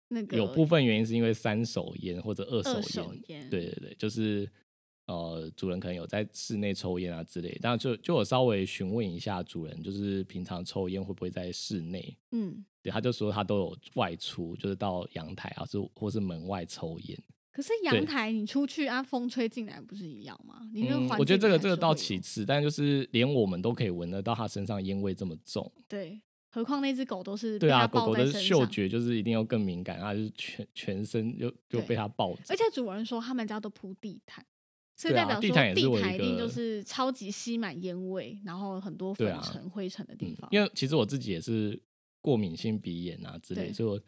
S1: 那个
S2: 有部分原因是因为三手烟或者二
S1: 二
S2: 手
S1: 手
S2: 烟，
S1: 烟，
S2: 对，对对，就是呃主人可能有在室内抽烟啊之类，但就就我稍微询问一下主人，就是平常抽烟会不会在室内？
S1: 嗯，
S2: 对，他就说他都有外出，就是到阳台啊，是或是门外抽烟。
S1: 可是阳台你出去啊，风吹进来不是一样吗？你那个环境
S2: 嗯我觉得这个这个
S1: 还是
S2: 倒
S1: 会
S2: 其
S1: 有
S2: 次，但就是连我们都可以闻得到它身上烟味这么重。
S1: 对，何况那只狗都是
S2: 对
S1: 被
S2: 啊，
S1: 它
S2: 狗
S1: 抱
S2: 狗
S1: 在
S2: 的
S1: 身
S2: 嗅
S1: 上，
S2: 觉就是一定要更敏感，它就是全全身就就
S1: 对
S2: 被它抱着
S1: 而。且主人说他们家都铺地毯，所以
S2: 对
S1: 代
S2: 啊
S1: 表
S2: 地
S1: 说
S2: 毯也是我一
S1: 一定就
S2: 个
S1: 是超级吸满烟味，然后很多
S2: 对
S1: 粉
S2: 啊
S1: 尘、灰尘的地
S2: 嗯
S1: 方。，
S2: 因为其实我自己也是过敏性鼻炎啊之类，
S1: 对
S2: 所以我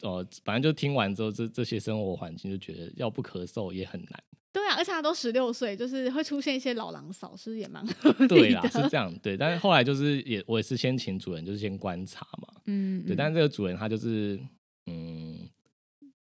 S2: 呃，反正就听完之后，这这些生活环境就觉得要不咳嗽也很 难。
S1: 对啊，而且它都十六岁，就是会出现一些老狼嫂，是不是也蛮
S2: 对啦
S1: 啦，，
S2: 是这样。对，但是后来就是也我也是先请主人就是先观察嘛，
S1: 嗯，
S2: 对，
S1: 嗯
S2: 但是这个主人他就是嗯。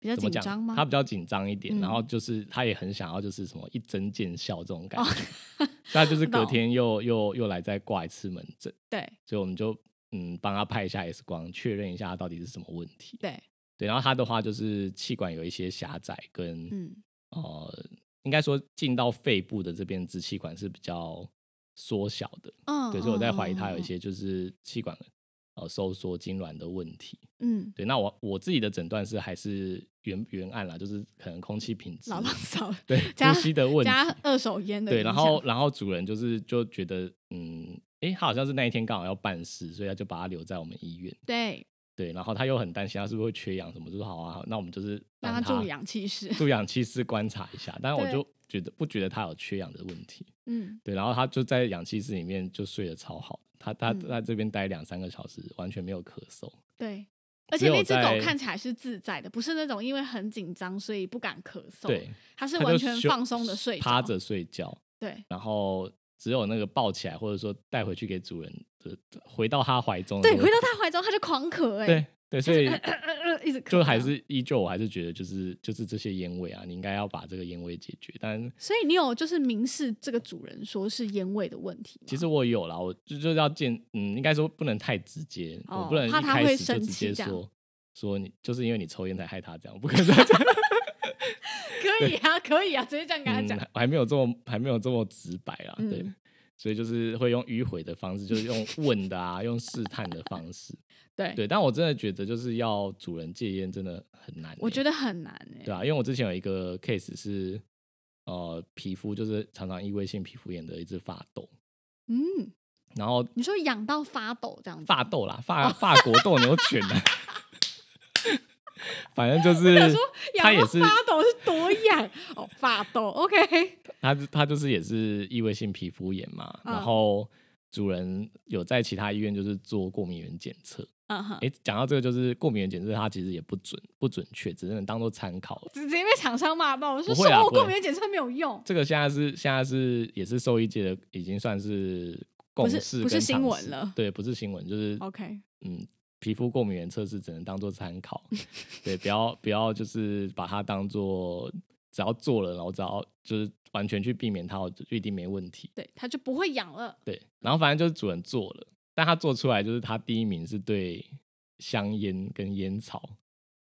S1: 比较
S2: 怎么
S1: 紧
S2: 讲
S1: 张吗？
S2: 他比较紧张一点，
S1: 嗯
S2: 然后就是他也很想要就是什么一针见效这种感
S1: 哦
S2: 觉，所以他就是隔天又又又来再挂一次门诊，
S1: 对
S2: 所以我们就嗯帮他拍一下 X 光，确认一下他到底是什么问题。
S1: 对，
S2: 对，然后他的话就是气管有一些狭窄跟，
S1: 嗯
S2: 呃，应该说进到肺部的这边支气管是比较缩小的，
S1: 嗯，
S2: 对，所以我在
S1: 嗯
S2: 怀疑他有一，
S1: 嗯
S2: 些就是气管呃收缩痉挛的问题。
S1: 嗯，嗯
S2: 对，那我我自己的诊断是还是原原案啦，就是可能空气品质
S1: 老、 狼嫂
S2: 对
S1: 加
S2: 呼吸的问
S1: 加
S2: 题，
S1: 二手烟的
S2: 对，
S1: 影
S2: 然后
S1: 响
S2: 然后主人就是就觉得嗯，诶，他好像是那一天刚好要办事，所以他就把他留在我们医院，
S1: 对
S2: 对，然后他又很担心他是不是会缺氧什么，就说好啊，好那我们就是
S1: 让
S2: 他
S1: 它住氧气室，
S2: 住氧气室观察一下，但是我
S1: 对
S2: 就觉得不觉得他有缺氧的问题，
S1: 嗯，
S2: 对，然后他就在氧气室里面就睡得超好，他他
S1: 嗯
S2: 在这边待两三个小时，完全没有咳嗽，
S1: 对。而
S2: 只
S1: 且
S2: 有
S1: 那只
S2: 在
S1: 狗看起来是自在的，不是那种因为很紧张所以不敢咳嗽，
S2: 对，，
S1: 它是
S2: 他
S1: 完
S2: 就
S1: 全
S2: 休
S1: 放松的睡着，
S2: 趴着睡觉，
S1: 对，
S2: 然后只有那个抱起来或者说带回去给主人的，回到他怀中的
S1: 对，
S2: 时候，
S1: 回到它怀中它就狂咳、欸，
S2: 对对，所以
S1: 一直咳
S2: 就还
S1: 这样
S2: 是依旧，我还是觉得就是就是这些烟味啊，你应该要把这个烟味解决。但
S1: 所以你有就是明示这个主人说是烟味的问题吗，
S2: 其实我有啦，我就就是要见，嗯，应该说不能太直接，
S1: 哦
S2: 我不能一
S1: 怕他
S2: 开
S1: 会
S2: 始就
S1: 生
S2: 直
S1: 气
S2: 接
S1: 这样
S2: 说说你就是因为你抽烟才害他这样，我不可能这样讲。
S1: 可以啊，可以啊，直接这样跟他讲，
S2: 嗯，还没有这么还没有这么直白啦，对
S1: 嗯。
S2: 所以就是会用迂回的方式，就是用问的啊，用试探的方式。
S1: 对，
S2: 对，但我真的觉得就是要主人戒烟真的很难欸、
S1: 我觉
S2: 得
S1: 得很难哎、
S2: 对啊，因为我之前有一个 case 是呃皮肤就是常常异位性皮肤炎的一只发豆，
S1: 嗯，
S2: 然后
S1: 你说痒到发抖这样子，
S2: 发豆啦，发
S1: 哦
S2: 法国斗牛犬 啊，反正就是
S1: 想说
S2: 它
S1: 痒
S2: 也
S1: 到
S2: 是
S1: 发抖是多痒哦，发抖，OK，
S2: 它它就是也是异位性皮肤炎嘛，
S1: 嗯
S2: 然后主人有在其他医院就是做过敏原检测，
S1: 嗯哼，
S2: 诶，讲到这个就是过敏原检测，它其实也不准不准确，只能当做参考而已。
S1: 直直接被厂商骂爆，我说
S2: 不
S1: 什
S2: 会啊
S1: 么我
S2: 不会
S1: 过敏原检测没有用，
S2: 这个现在是现在是也是兽医界的，已经算是共
S1: 不
S2: 识
S1: 是
S2: 跟
S1: 不是新闻
S2: 常识
S1: 了
S2: 对，不是新闻，就是
S1: OK
S2: 嗯，皮肤过敏原测试只能当做参 考，对，不要不要就是把它当做只要做了，然后只要就是完全去避免它，我就一定没问题。
S1: 对，它就不会痒了，
S2: 对，然后反正就是主人做了，但他做出来就是他第一名是对香烟跟烟草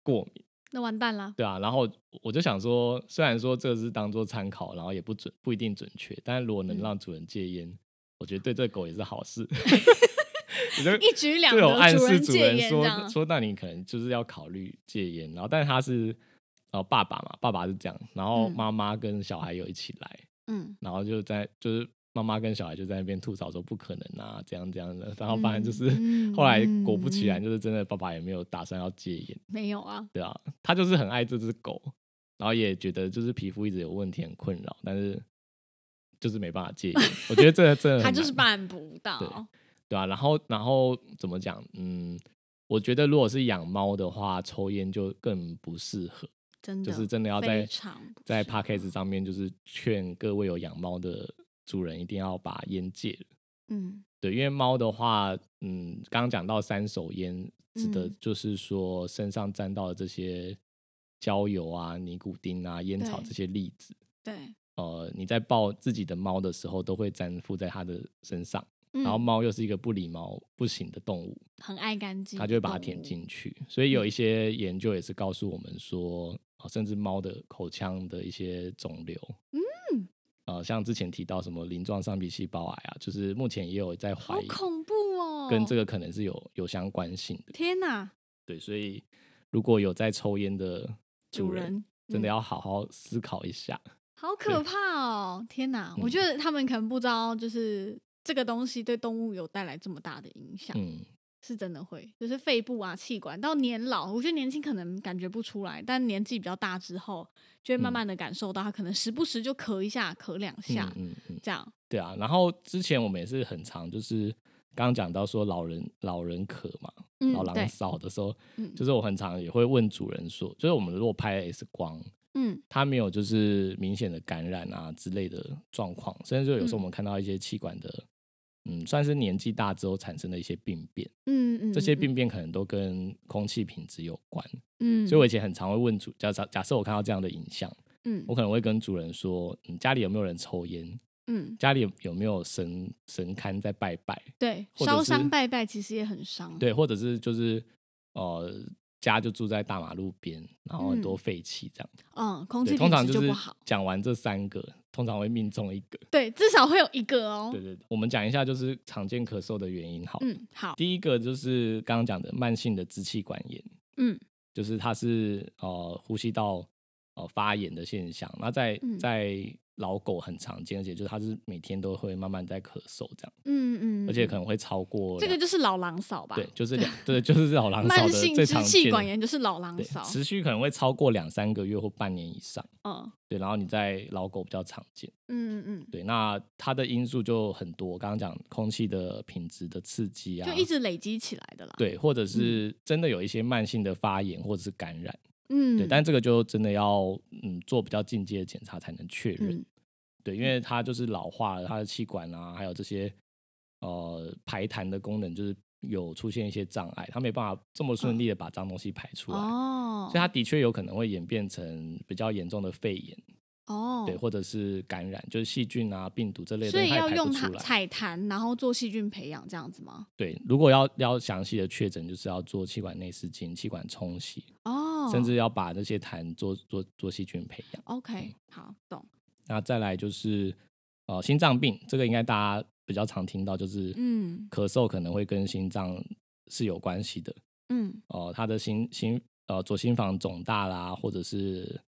S2: 过敏。
S1: 那完蛋 啦，
S2: 对啊，然后我就想说，虽然说这是当做参考，然后也不准不一定准确，但如果能
S1: 嗯
S2: 让主人戒烟，我觉得对这个狗也是好 事。你就
S1: 一举两
S2: 就有暗
S1: 得，
S2: 示
S1: 人
S2: 主
S1: 戒
S2: 人
S1: 烟这
S2: 说
S1: 样，
S2: 说，那你可能就是要考虑戒烟，然后但是他是呃爸爸嘛，爸爸是这样，然后
S1: 嗯
S2: 妈妈跟小孩有一起来，
S1: 嗯，
S2: 然后就在就是妈妈跟小孩就在那边吐槽说不可能啊，这样这样的，然后反正就是、
S1: 嗯嗯
S2: 后来果不其然，
S1: 嗯
S2: 就是真的爸爸也没有打算要戒烟。
S1: 没有啊，
S2: 对啊，他就是很爱这只狗，然后也觉得就是皮肤一直有问题很困扰，但是就是没办法戒烟。我觉得这 个真的很
S1: 它就是
S2: 难
S1: 办不到
S2: 对，对啊，然后然后怎么讲？嗯，我觉得如果是养猫的话，抽烟就更不适合，
S1: 真的
S2: 就是真的要在
S1: 非常不
S2: 在
S1: 适合
S2: podcast 上面就是劝各位有养猫的主人一定要把烟戒了。
S1: 嗯
S2: 对，因为猫的话，嗯，刚刚讲到三手烟，指的
S1: 嗯
S2: 就是说身上沾到的这些焦油啊、尼古丁啊、烟草
S1: 对
S2: 这些粒子，
S1: 对，
S2: 呃，你在抱自己的猫的时候，都会粘附在它的身上。
S1: 然
S2: 然后猫又是一个不理毛不行的动物，
S1: 很爱干净，
S2: 它就会把它舔。进去。所
S1: 嗯
S2: 以有一些研究也是
S1: 嗯
S2: 呃告诉我们说，啊，甚至猫的口腔的一些肿瘤，呃，像之前提到什么鳞状上皮细胞癌啊，就是目前也有在怀
S1: 好
S2: 疑
S1: 恐怖哦！
S2: 跟这个可能是有有相关性的。
S1: 天哪，
S2: 对，所以如果有在抽烟的
S1: 主
S2: 主
S1: 人
S2: 人，真
S1: 嗯
S2: 的要好好思考一下。
S1: 好可怕哦！天哪，我
S2: 嗯
S1: 觉得他们可能不知道，就是这个东西对动物有带来这么大的影响，
S2: 嗯，
S1: 是真的会，就是肺部啊、气管到年老，我觉得年轻可能感觉不出来，但年纪比较大之后，就会慢
S2: 嗯
S1: 慢的感受到，他可能时不时就咳一下、咳两
S2: 嗯
S1: 下、
S2: 嗯嗯，
S1: 这样。
S2: 对啊。然后之前我们也是很常就是刚刚讲到说老人老人咳嘛，
S1: 嗯
S2: 老，
S1: 对
S2: 狼，少的时候，
S1: 嗯
S2: 就是我很常也会问主人说，就是我们如果拍 X 光，
S1: 嗯
S2: 它没有就是明显的感染啊之类的状况，甚至就有时候
S1: 嗯
S2: 我们看到一些气管的，嗯，算是年纪大之后产生的一些病变，
S1: 嗯嗯，
S2: 这些
S1: 嗯
S2: 病，变可能都跟空气品质有关，
S1: 嗯，
S2: 所以我以前很常会问主，假设假设我看到这样的影像，
S1: 嗯
S2: 我可能会跟主人说，嗯，家里有没有人抽烟？
S1: 嗯，
S2: 家里有有没有神神龛在拜拜？
S1: 对，
S2: 或者
S1: 烧
S2: 是
S1: 伤拜拜其实也很伤，
S2: 对，或者是就是呃，家就住在大马路边，然后很多
S1: 嗯
S2: 废气这样。
S1: 嗯，空气
S2: 对，
S1: 品
S2: 通常
S1: 质
S2: 是
S1: 不好，
S2: 讲完这三个，通常会命中一个。
S1: 对，至少会有一个哦。
S2: 对对对，我们讲一下就是常见咳嗽的原因好了。
S1: 嗯，好，
S2: 第一个就是刚刚讲的慢性的支气管炎，
S1: 嗯
S2: 就是它是呃呼吸道呃发炎的现象。那在、
S1: 嗯
S2: 在老狗很常见，而且就是它是每天都会慢慢在咳嗽这样，
S1: 嗯嗯，
S2: 而且
S1: 嗯
S2: 可能会超过
S1: 这个
S2: 两
S1: 就是老狼嫂吧？
S2: 对， 就是两对，就是老狼
S1: 慢
S2: 少的
S1: 性
S2: 最
S1: 支
S2: 常
S1: 气
S2: 见
S1: 管
S2: 的，
S1: 炎就是老狼
S2: 对
S1: 嫂，，
S2: 持续可能会超过两三个月或半年以上。
S1: 嗯
S2: 对，然后你在老狗比较常见。
S1: 嗯嗯
S2: 对，那它的因素就很多，刚刚讲空气的品质的刺激
S1: 嗯，
S2: 啊，
S1: 就一直嗯累积起来的啦。，
S2: 对，或者是真的有一些慢性的发炎或者是感染，
S1: 嗯，
S2: 对，但这个就真的要嗯做比较进阶的检查才能确认，
S1: 嗯
S2: 对，因为它就是老化了，它的气管啊，还有这些呃排痰的功能就是有出现一些障碍，它没办法这么顺利的把脏东西排出来，
S1: 嗯哦，
S2: 所以它的确有可能会演变成比较严重的肺炎。
S1: 哦，
S2: 对，或者是感染，就是细菌啊、病毒这类的，
S1: 所以
S2: 它也
S1: 要
S2: 排
S1: 用
S2: 不
S1: 它
S2: 出来。
S1: 彩痰，然后做细菌培养这样子吗？
S2: 对，如果要要详细的确诊，就是要做气管内视镜、气管冲洗，
S1: 哦，
S2: 甚至要把这些痰做做做细菌培养。
S1: OK，好懂，
S2: 那再来就是呃心脏病，这个应该大家比较常听到，就是
S1: 嗯
S2: 咳嗽可能会跟心脏是有关系的。
S1: 嗯
S2: 哦、他的心心呃左心房肿大啦，或者是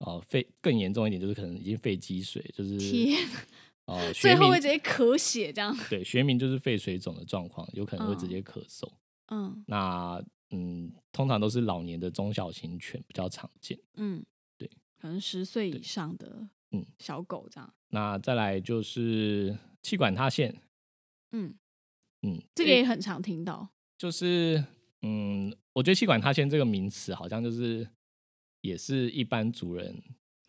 S2: 呃肺更严重一点，就是可能已经肺积水，就是
S1: 天
S2: 呃
S1: 最
S2: 学
S1: 后
S2: 名
S1: 会直接咳血这样，
S2: 对，学名就是肺水肿的状况，有可能会直
S1: 嗯
S2: 接咳嗽。
S1: 嗯
S2: 那嗯，通常都是老年的中小型犬比较常见。
S1: 嗯，
S2: 对，
S1: 可能十岁以上的
S2: 嗯
S1: 小狗这样，
S2: 那再来就是气管塌陷，
S1: 嗯，
S2: 嗯，
S1: 这个也很常听到，
S2: 就是嗯，我觉得气管塌陷这个名词好像就是也是一般主人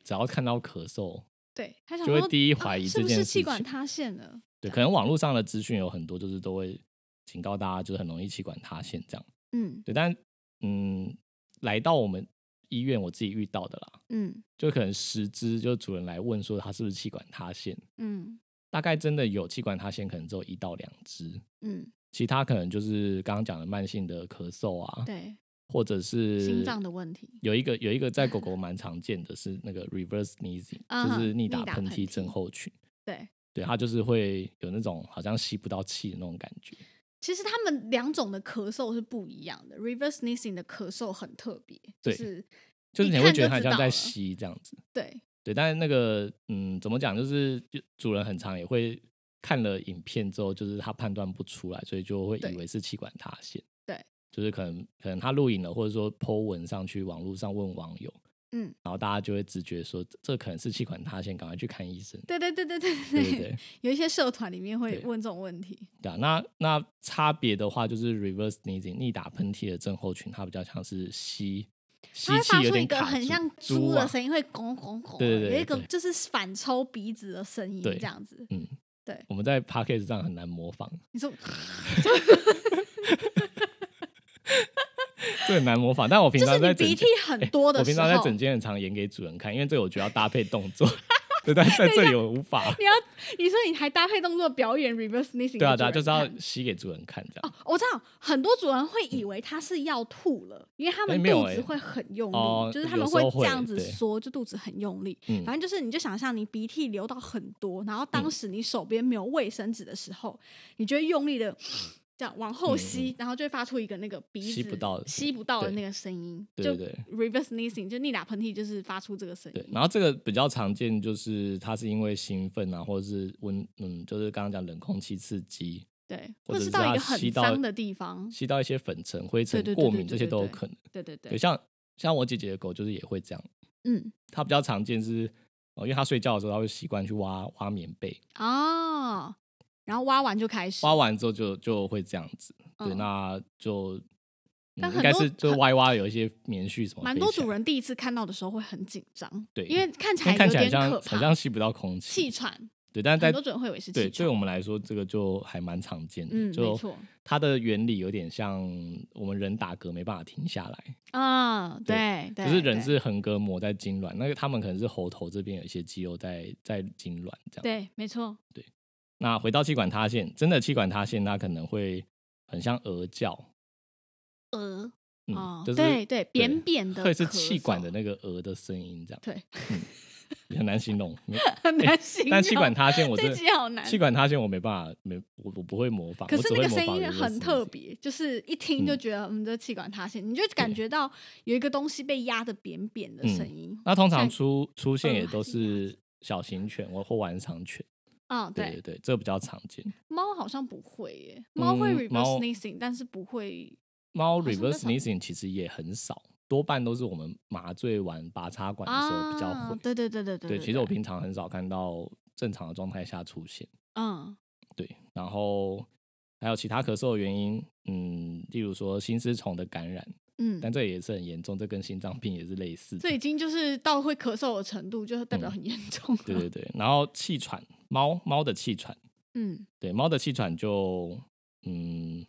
S2: 只要看到咳嗽，
S1: 对，他想
S2: 就会
S1: 说
S2: 第一
S1: 啊
S2: 怀疑
S1: 是
S2: 这
S1: 不
S2: 件
S1: 是
S2: 事
S1: 气管
S2: 情
S1: 塌陷了，
S2: 对，可能网络上的资讯有很多，就是都会警告大家，就是很容易气管塌陷这样。
S1: 嗯
S2: 对，但嗯，来到我们医院，我自己遇到的啦，
S1: 嗯
S2: 就可能十只就主人来问说他是不是气管塌陷，
S1: 嗯
S2: 大概真的有气管塌陷，可能只有一到两只，
S1: 嗯，
S2: 其他可能就是刚刚讲的慢性的咳嗽啊，
S1: 对，
S2: 或者是
S1: 心脏的问题
S2: 有一个有一个在狗狗蛮常见的是那个 reverse sneezing，、
S1: 啊哈
S2: 就是逆
S1: 逆
S2: 打
S1: 打
S2: 喷
S1: 喷
S2: 嚏症
S1: 嚏
S2: 候群，
S1: 对。
S2: 对它就是会有那种好像吸不到气的那种感觉，
S1: 其实他们两种的咳嗽是不一样的。Reverse sneezing 的咳嗽很特别，就
S2: 对
S1: 是
S2: 就是
S1: 一
S2: 你会
S1: 看
S2: 觉得
S1: 就
S2: 它很
S1: 知
S2: 像
S1: 道
S2: 在
S1: 了
S2: 吸这样子。
S1: 对，
S2: 对，但是那个嗯，怎么讲，就是就主人很常也会看了影片之后，就是他判断不出来，所以就会
S1: 对
S2: 以为是气管塌陷。
S1: 对，
S2: 就是可能可能他录影了，或者说 Po 文上去网络上问网友，
S1: 嗯，
S2: 然后大家就会直觉说这这可能是气管塌陷，赶快去看医生。
S1: 对对对对对
S2: 对对对，
S1: 有一些社团里面会
S2: 对
S1: 问这种问题。
S2: 对啊。那那差别的话，就是 reverse sneezing 逆打喷嚏的症候群，它比较像是吸吸
S1: 它会
S2: 气
S1: 发
S2: 有
S1: 出一
S2: 点
S1: 个
S2: 卡
S1: 很
S2: 住
S1: 像
S2: 猪
S1: 猪
S2: 啊
S1: 的声音，会拱拱拱，
S2: 对对对
S1: 有一个
S2: 对
S1: 就是反抽鼻子的声音，
S2: 对
S1: 这样子。
S2: 嗯，
S1: 对
S2: 我们在 p a c k a g e 上很难模仿，
S1: 你说
S2: 这很难模仿。但我平
S1: 就是
S2: 常在
S1: 你
S2: 整
S1: 鼻
S2: 间哎
S1: 涕很多
S2: 我
S1: 的
S2: 平
S1: 时
S2: 常在
S1: 候
S2: 整，间很常演给主人看，因为这个我觉得要搭配动作， 对， 但在这里我无法。
S1: 你要你说你还搭配动作表演 reverse sneezing，
S2: 对啊，对啊，
S1: 给
S2: 就
S1: 主人
S2: 是要
S1: 看
S2: 吸给主人看这样。
S1: 哦， 我知道很多主人会以为他是要吐了，因为他
S2: 哎
S1: 们
S2: 没有
S1: 肚子
S2: 哎
S1: 会很用力，
S2: 哦
S1: 就是他
S2: 有
S1: 们
S2: 时候
S1: 这
S2: 会
S1: 样子
S2: 对
S1: 缩，就肚子很用力。
S2: 嗯
S1: 反正就是，你就想象你鼻涕流到很多，然后当时你手边没有卫生纸的时候，你就会用力的 这样往后吸，然后就会发出一个那个鼻子
S2: 嗯吸不到的
S1: 吸不到的
S2: 对
S1: 那个声音，
S2: 对
S1: 就
S2: 对对
S1: reverse sneezing，就你打喷嚏就是发出这个声
S2: 对，
S1: 音。
S2: 然后这个比较常见，就是它是因为兴奋啊，或者是温，嗯，就是刚刚讲冷空气刺激，
S1: 对，或
S2: 或
S1: 者
S2: 者
S1: 是
S2: 是
S1: 到一
S2: 它
S1: 个很
S2: 吸到
S1: 脏的地方，
S2: 吸到一些粉尘、灰尘
S1: 对对、对
S2: 过
S1: 对
S2: 敏，
S1: 对
S2: 这些
S1: 对
S2: 都有
S1: 对
S2: 可能。
S1: 对对对
S2: 对，，像像我姐姐的狗就是也会这样，
S1: 嗯，
S2: 它比较常见是，哦，因为它睡觉的时候，它会习惯去挖挖棉被，
S1: 哦，然后挖完就开始
S2: 挖完之后就就会这样子。对，
S1: 嗯
S2: 那就、嗯
S1: 但很
S2: 应该
S1: 多
S2: 是就
S1: 很
S2: 歪歪有哦一些棉絮什么飞起来，
S1: 蛮多主人第一次看到的时候会很紧张，
S2: 对
S1: 因为看起
S2: 因
S1: 来
S2: 为看
S1: 有
S2: 起来
S1: 点
S2: 很像
S1: 可
S2: 很
S1: 怕
S2: 像，吸不到空
S1: 气
S2: 气，
S1: 喘，
S2: 对，但是
S1: 很
S2: 在
S1: 多主人会以为是
S2: 对
S1: 气
S2: 对我
S1: 喘。
S2: 们来说，这个就还蛮常见
S1: 嗯
S2: 的，
S1: 没
S2: 就
S1: 错
S2: 它的原理有点像我们人打嗝没办法停下来，
S1: 啊，对对，
S2: 对，可是人
S1: 对
S2: 是横膈膜在痉挛，那个他们可能是喉头这边有一些肌肉在在痉挛这样。
S1: 对，没错，
S2: 那回到气管塌陷，真的气管塌陷，它可能会很像鹅叫，
S1: 呃，
S2: 嗯，
S1: 哦，
S2: 就是
S1: 对对，扁扁的，
S2: 会是气管的，那个鹅的声音这样，
S1: 对，
S2: 很难 形容。没
S1: 很难形容。
S2: 但气管塌陷我真
S1: 这
S2: 的
S1: 集好难，
S2: 气管塌陷我没办法，没我我不会模仿，
S1: 可
S2: 我
S1: 是
S2: 只
S1: 那
S2: 会
S1: 个
S2: 模
S1: 声
S2: 仿
S1: 音
S2: 人的
S1: 很
S2: 声
S1: 特别，就是一听就觉得嗯，这气管塌陷，你就感觉到有一个东西被压的扁扁的
S2: 嗯
S1: 声音。
S2: 那通常
S1: 像
S2: 出出现
S1: 鹅
S2: 也
S1: 还
S2: 都
S1: 是鸭子
S2: 是小型犬或或玩赏犬，
S1: 啊，
S2: 对对
S1: 对，
S2: 对，这个比较常见。
S1: 猫好像不会耶，猫会
S2: 嗯
S1: reverse
S2: 猫
S1: sneezing，但是不会
S2: 猫
S1: 像
S2: reverse
S1: 比较
S2: sneezing 其实也很少，多半都是我们麻醉完拔插管的时候比较
S1: 啊
S2: 会。
S1: 对对对对对
S2: 对，其实我平常很少看到正常的状态下出现。
S1: 嗯
S2: 对，然后还有其他咳嗽的原因，嗯，例如说心丝虫的感染，
S1: 嗯，
S2: 但这也是很严重，这跟心脏病也是类似的
S1: 这。已经就是到会咳嗽的程度，就是代表很严重了。
S2: 嗯对对对，然后气喘，猫猫的气喘，
S1: 嗯，
S2: 对，猫的气喘就嗯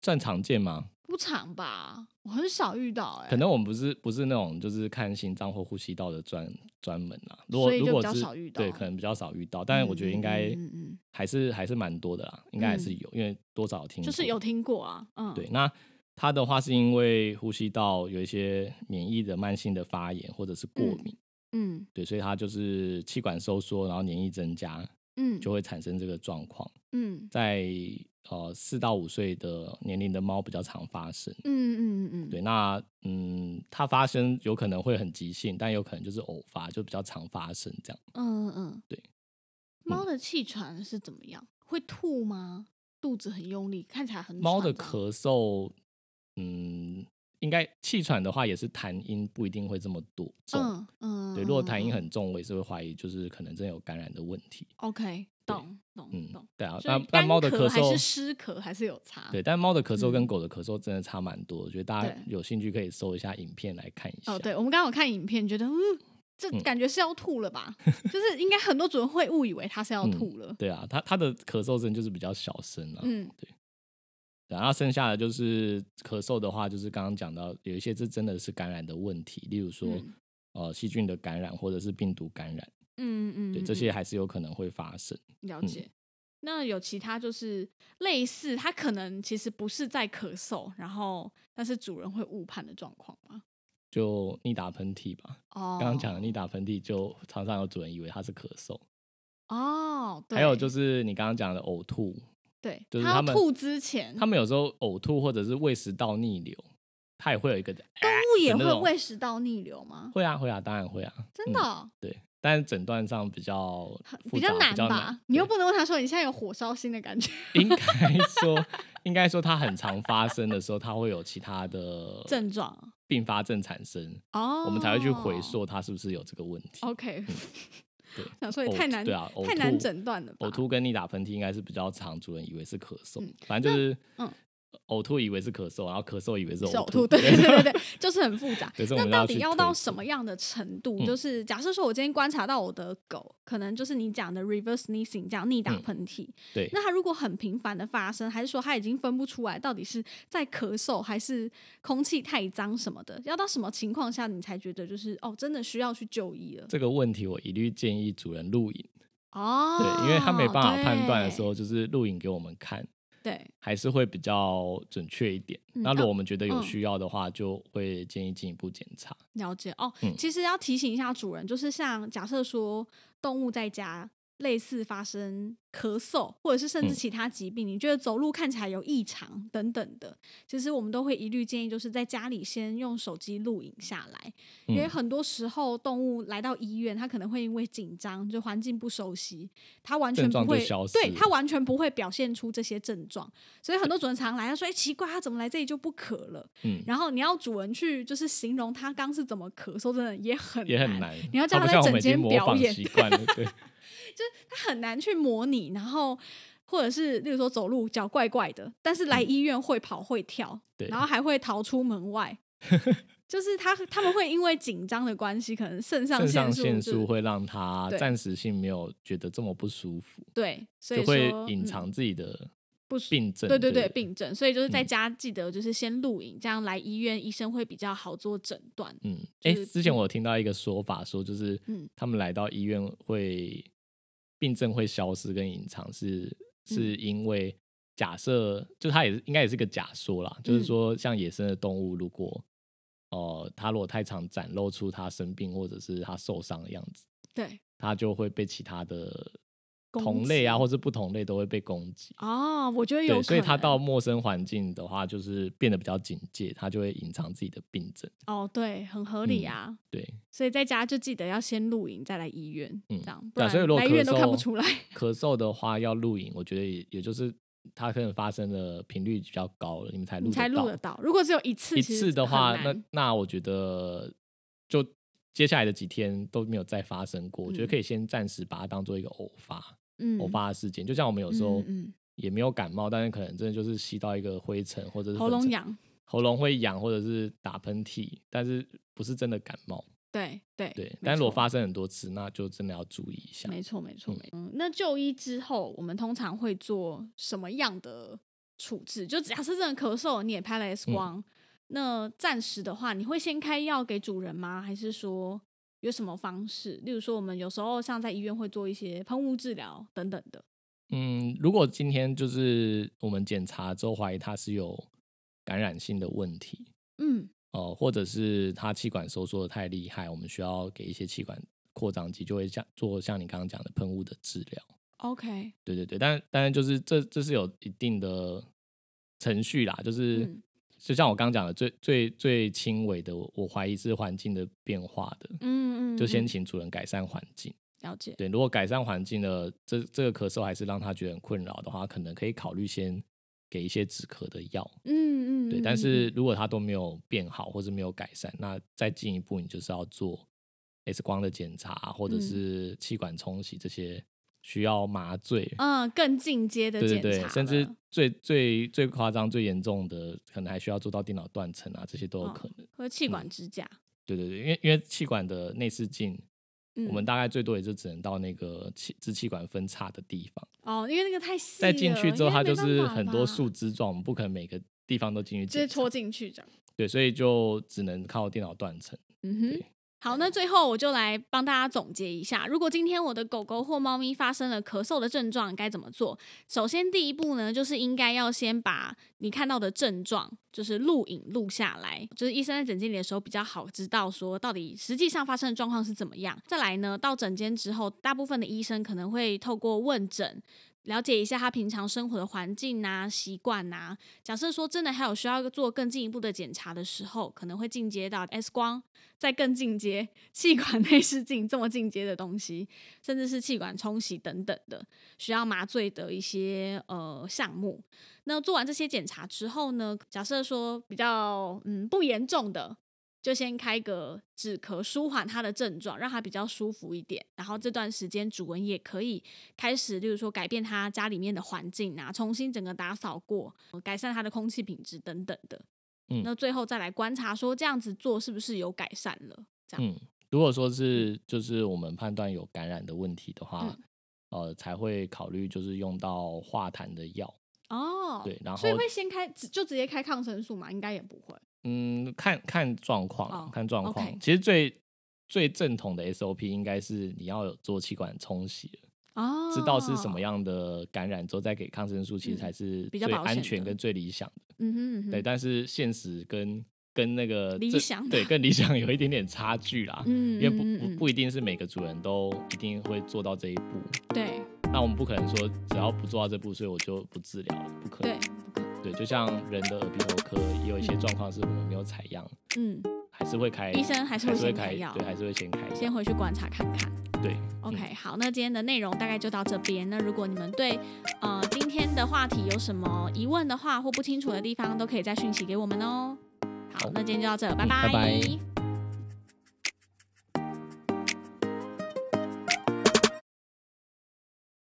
S2: 算常见吗？
S1: 不长吧，我很少遇到哎、
S2: 可能我们不是不是那种就是看心脏或呼吸道的专专门啊，如果
S1: 所以就
S2: 如果
S1: 比较
S2: 是
S1: 少遇
S2: 对，
S1: 到啊
S2: 可能比较少遇到，但是我觉得应该
S1: 嗯嗯嗯嗯
S2: 还是、还是蛮多的啦，应该还是
S1: 嗯
S2: 有，因为多少有听
S1: 就是
S2: 过
S1: 有听过啊，嗯，
S2: 对，那它的话是因为呼吸道有一些免疫的慢性的发炎或者是过敏，
S1: 嗯
S2: 对，所以它就是气管收缩，然后黏液增加，
S1: 嗯
S2: 就会产生这个状况，
S1: 嗯
S2: 在呃四到五岁的年龄的猫比较常发生。
S1: 嗯嗯嗯嗯，
S2: 对，那嗯，它发生有可能会很急性，但有可能就是偶发，就比较常发生这样。
S1: 嗯嗯嗯，
S2: 对。
S1: 猫的气喘是怎么样？会吐吗？肚子很用力，看起来很
S2: 猫的
S1: 喘这样
S2: 咳嗽，嗯，应该气喘的话也是痰音不一定会这么多重，
S1: 嗯嗯，
S2: 对，如果
S1: 嗯
S2: 痰音
S1: 嗯
S2: 很重，我也是会怀疑，就是可能真的有感染的问题。
S1: OK，懂懂
S2: 嗯
S1: 懂，。
S2: 对啊，
S1: 所以
S2: 但但
S1: 干
S2: 猫的
S1: 咳
S2: 咳
S1: 还是
S2: 嗽，
S1: 湿咳还是有差，
S2: 对，但猫的咳嗽
S1: 嗯
S2: 跟狗的咳嗽真的差蛮多。我觉得大家
S1: 对
S2: 有兴趣可以搜一下影片来看一下。
S1: 哦，对，我们刚刚有看影片，觉得嗯，这
S2: 嗯
S1: 感觉是要吐了吧？ 就是应该很多主人会误以为他是要
S2: 嗯
S1: 吐了。
S2: 对啊，它它的咳嗽声就是比较小声啊。
S1: 嗯
S2: 然后啊剩下的就是咳嗽的话，就是刚刚讲到有一些这真的是感染的问题，例如说、
S1: 嗯
S2: 呃细菌的感染或者是病毒感染，
S1: 嗯嗯，
S2: 对，
S1: 嗯
S2: 这些还是有可能会发生。
S1: 嗯了解。那有其他就是类似，它可能其实不是在咳嗽，然后但是主人会误判的状况吗？
S2: 就你打喷嚏吧，
S1: 哦，
S2: 刚刚讲的你打喷嚏，就常常有主人以为它是咳嗽。
S1: 哦，对
S2: 还有就是你刚刚讲的呕吐，
S1: 对，
S2: 就是
S1: 它
S2: 他
S1: 要
S2: 们
S1: 吐之前，
S2: 他们有时候呕吐或者是胃食道逆流，它也会有一个
S1: 动物也
S2: 哎的那
S1: 会
S2: 种
S1: 胃食道逆流吗？
S2: 会啊会啊，当然会啊，
S1: 真的
S2: 嗯
S1: 哦、
S2: 对，但是诊断上比较
S1: 很
S2: 复
S1: 比较
S2: 杂
S1: 难
S2: 比较
S1: 吧
S2: 难？
S1: 你又
S2: 对
S1: 不能问他说你现在有火烧心的感觉，
S2: 应该说 应该说它很常发生的时候，它会有其他的
S1: 症状
S2: 并发症产生，
S1: 哦，
S2: 呃我们才会去回。溯它是不是有这个问题。
S1: OK，
S2: 嗯对
S1: 想说也
S2: 呕
S1: 太
S2: 吐
S1: 难，
S2: 对啊，呕
S1: 太难
S2: 吐
S1: 诊断了吧？
S2: 呕吐跟你打喷嚏应该是比较常主人以为是咳嗽
S1: 嗯，
S2: 反正就是
S1: 那嗯
S2: 呕吐以为是咳嗽，然后咳嗽以为是
S1: 是呕
S2: 呕
S1: 吐，对
S2: 对
S1: 对对对对，就是很复杂
S2: 。对这我
S1: 那
S2: 们
S1: 到
S2: 去
S1: 底要
S2: 推
S1: 到
S2: 测
S1: 什么样的程度？
S2: 嗯
S1: 就是假设说我今天观察到我的狗，可能就是你讲的 reverse sneezing 这样逆打
S2: 嗯
S1: 喷嚏，
S2: 对
S1: 那它如果很频繁的发生，还是说它已经分不出来到底是在咳嗽还是空气太脏什么的？要到什么情况下你才觉得就是哦，真的需要去就医了？
S2: 这个问题，我一律建议主人录影，
S1: 哦，
S2: 对，因为他没办法判断的时候，就是录影给我们看，
S1: 对，对，
S2: 还是会比较准确一点。
S1: 嗯
S2: 那如
S1: 那
S2: 果我们觉得有
S1: 嗯
S2: 需要的话，就会建议进一步检查。
S1: 了解哦。
S2: 嗯
S1: 其实要提醒一下主人，就是像假设说动物在家类似发生咳嗽，或者是甚至
S2: 嗯
S1: 其他疾病，你觉得走路看起来有异常等等的，其实我们都会一律建议就是在家里先用手机录影下来，因为
S2: 嗯
S1: 很多时候动物来到医院，它可能会因为紧张，就环境不熟悉，它完全
S2: 症
S1: 不
S2: 状就
S1: 会
S2: 消失
S1: 对
S2: 了
S1: 它完全不会表现出这些症状，所以很多主人常来，他说：“哎、奇怪，它怎么来这里就不咳了？”
S2: 嗯，
S1: 然后你要主人去就是形容他刚是怎么咳，说真的也很
S2: 也很难。
S1: 你要叫
S2: 它不
S1: 在
S2: 像我
S1: 整
S2: 们已经
S1: 间
S2: 模
S1: 表
S2: 仿
S1: 演
S2: 习惯了，对，
S1: 他很难去模拟，然后或者是例如说走路脚怪怪的，但是来医院会跑会跳，
S2: 嗯 对
S1: 然后还会逃出门外。就是他他们会因为紧张的关系，可能肾上
S2: 肾
S1: 腺
S2: 上
S1: 素
S2: 腺
S1: 就
S2: 素会让它
S1: 对
S2: 暂时性没有觉得这么不舒服，
S1: 对，所以
S2: 就会
S1: 说
S2: 隐
S1: 嗯
S2: 藏自己的
S1: 不舒
S2: 病症。
S1: 对对
S2: 对
S1: 对，
S2: 不
S1: 病症，所以就是在
S2: 嗯
S1: 家记得就是先录影，这样来医院医生会比较好做诊断。
S2: 嗯，
S1: 就
S2: 哎、
S1: 是
S2: 之前我有听到一个说法，说就是，
S1: 嗯
S2: 他们来到医院会病症会消失跟隐藏是，
S1: 嗯
S2: 是因为假设，就它也是应该也是个假说啦，就是
S1: 嗯
S2: 说像野生的动物，如果哦、呃它如果太常展露出它生病或者是它受伤的样子，
S1: 对，
S2: 它就会被其他的
S1: 攻
S2: 同类啊，
S1: 击
S2: 或是不同类都会被攻击。
S1: 哦，我觉得有可能，
S2: 对，所以它到陌生环境的话，就是变得比较警戒，它就会隐藏自己的病症。
S1: 哦，对，很合理
S2: 嗯
S1: 啊。
S2: 对，
S1: 所以在家就记得要先录影，再来医院，
S2: 嗯
S1: 这样不
S2: 对啊，所以如
S1: 然来
S2: 果
S1: 医
S2: 咳
S1: 院都
S2: 嗽
S1: 看不出来。
S2: 咳嗽的话要录影，我觉得也也就是它可能发生的频率比较高了，你们才录
S1: 你
S2: 得
S1: 才录
S2: 到
S1: 得到。如果只有一次，
S2: 一
S1: 其实
S2: 次的
S1: 很
S2: 话，
S1: 难
S2: 那那我觉得就接下来的几天都没有再发生过，我觉得
S1: 嗯
S2: 可以先暂时把它当做一个偶发、
S1: 嗯
S2: 偶发的事件，就像我们有时候
S1: 嗯
S2: 也没有感冒，但是可能真的就是吸到一个灰尘或
S1: 嗯
S2: 者是
S1: 喉
S2: 粉
S1: 咙
S2: 尘，
S1: 痒，
S2: 喉咙会痒或者是打喷嚏，但是不是真的感冒，
S1: 对对
S2: 对
S1: 没。
S2: 但如果
S1: 错
S2: 发生很多次，那就真的要注意一下。
S1: 没错没错
S2: 嗯
S1: 没错。嗯，那就医之后，我们通常会做什么样的处置？就假设真的咳嗽，你也拍了 X
S2: 嗯
S1: 光，那暂时的话，你会先开药给主人吗？还是说有什么方式？例如说，我们有时候像在医院会做一些喷雾治疗等等的。
S2: 嗯，如果今天就是我们检查之后怀疑它是有感染性的问题，
S1: 嗯，
S2: 哦、或者是它气管收缩的太厉害，我们需要给一些气管扩张剂，就会像做像你刚刚讲的喷雾的治疗。
S1: OK，
S2: 对对对，但当然就是这这是有一定的程序啦，就是、
S1: 嗯
S2: 就像我刚刚讲的，最最最轻微的，我我怀疑是环境的变化的，
S1: 嗯嗯，
S2: 就先
S1: 嗯
S2: 请主人改善环境。
S1: 了解，
S2: 对，如果改善环境了，这这个咳嗽还是让他觉得很困扰的话，可能可以考虑先给一些止咳的药。
S1: 嗯嗯，
S2: 对，
S1: 嗯
S2: 但
S1: 嗯
S2: 是
S1: 嗯
S2: 如果他都没有变好或是没有改善，那再进一步你就是要做 X 光的检查或者
S1: 嗯
S2: 是气管冲洗这些需要麻醉。
S1: 嗯更进阶的
S2: 对对
S1: 检查
S2: 对，甚至
S1: 了
S2: 最最最夸张、最严重的，可能还需要做到电脑断层啊，这些都有
S1: 哦
S2: 可能。
S1: 和气管支架，
S2: 对对对，因为因为气管的内视镜，
S1: 嗯，
S2: 我们大概最多也就只能到那个气支气管分叉的地方。
S1: 哦，因为那个太细了，
S2: 再进去之后，
S1: 应该
S2: 它就
S1: 啊没办
S2: 是
S1: 法
S2: 很多
S1: 吧
S2: 树枝状，我们不可能每个地方都进去
S1: 直接
S2: 检
S1: 戳
S2: 查。
S1: 进去这样，
S2: 对，所以就只能靠电脑断层。
S1: 嗯哼。好，那最后我就来帮大家总结一下，如果今天我的狗狗或猫咪发生了咳嗽的症状，该怎么做？首先，第一步呢，就是应该要先把你看到的症状，就是录影录下来，就是医生在诊间里的时候比较好知道说到底实际上发生的状况是怎么样。再来呢，到诊间之后，大部分的医生可能会透过问诊。了解一下他平常生活的环境啊、习惯啊。假设说真的还有需要做更进一步的检查的时候，可能会进阶到 X 光，再更进阶气管内视镜这么进阶的东西，甚至是气管冲洗等等的。需要麻醉的一些呃项目。那做完这些检查之后呢，假设说比较嗯不严重的，就先开个止咳，舒缓它的症状，让它比较舒服一点。然后这段时间主人也可以开始，例如说改变它家里面的环境啊，重新整个打扫过，呃改善它的空气品质等等的。
S2: 嗯
S1: 那最后再来观察说这样子做是不是有改善了？这样，
S2: 嗯，如果说是就是我们判断有感染的问题的话，
S1: 嗯
S2: 呃，才会考虑就是用到化痰的药。
S1: 哦，
S2: 对，然后
S1: 所以会先开直就直接开抗生素嘛？应该也不会。
S2: 嗯，看看状况啊，
S1: 哦
S2: 看状况。
S1: OK
S2: 其实最最正统的 SOP 应该是你要有做气管冲洗，
S1: 哦，嗯
S2: 知道是什么。样的感染之后再给抗生素，其实才是
S1: 比较
S2: 最
S1: 保险
S2: 安
S1: 的
S2: 全跟最理想的。
S1: 嗯哼嗯哼，
S2: 对，但是现实跟跟那个
S1: 理
S2: 这
S1: 想
S2: 对跟理想有一点点差距啦。
S1: 嗯，嗯，
S2: 因为不
S1: 嗯
S2: 不
S1: 嗯
S2: 不一定是每个主人都一定会做到这一步，
S1: 对
S2: 那我们不可能说只要不做到这步，所以我就不治疗了，不可
S1: 对
S2: 能。，对，就像人的耳鼻喉科也有一些状况是我们没有采样，
S1: 嗯，
S2: 还是会开
S1: 医生还是
S2: 还
S1: 会
S2: 是会
S1: 先
S2: 开
S1: 开药
S2: 对，，还嗯是会先开药
S1: 先回去观察看看。
S2: 对
S1: OK，好，那今天的内容大概就到这边。那如果你们对呃今天的话题有什么疑问的话，或不清楚的地方，都可以再讯息给我们哦。好
S2: 好，嗯
S1: 那今天就到这，
S2: 拜拜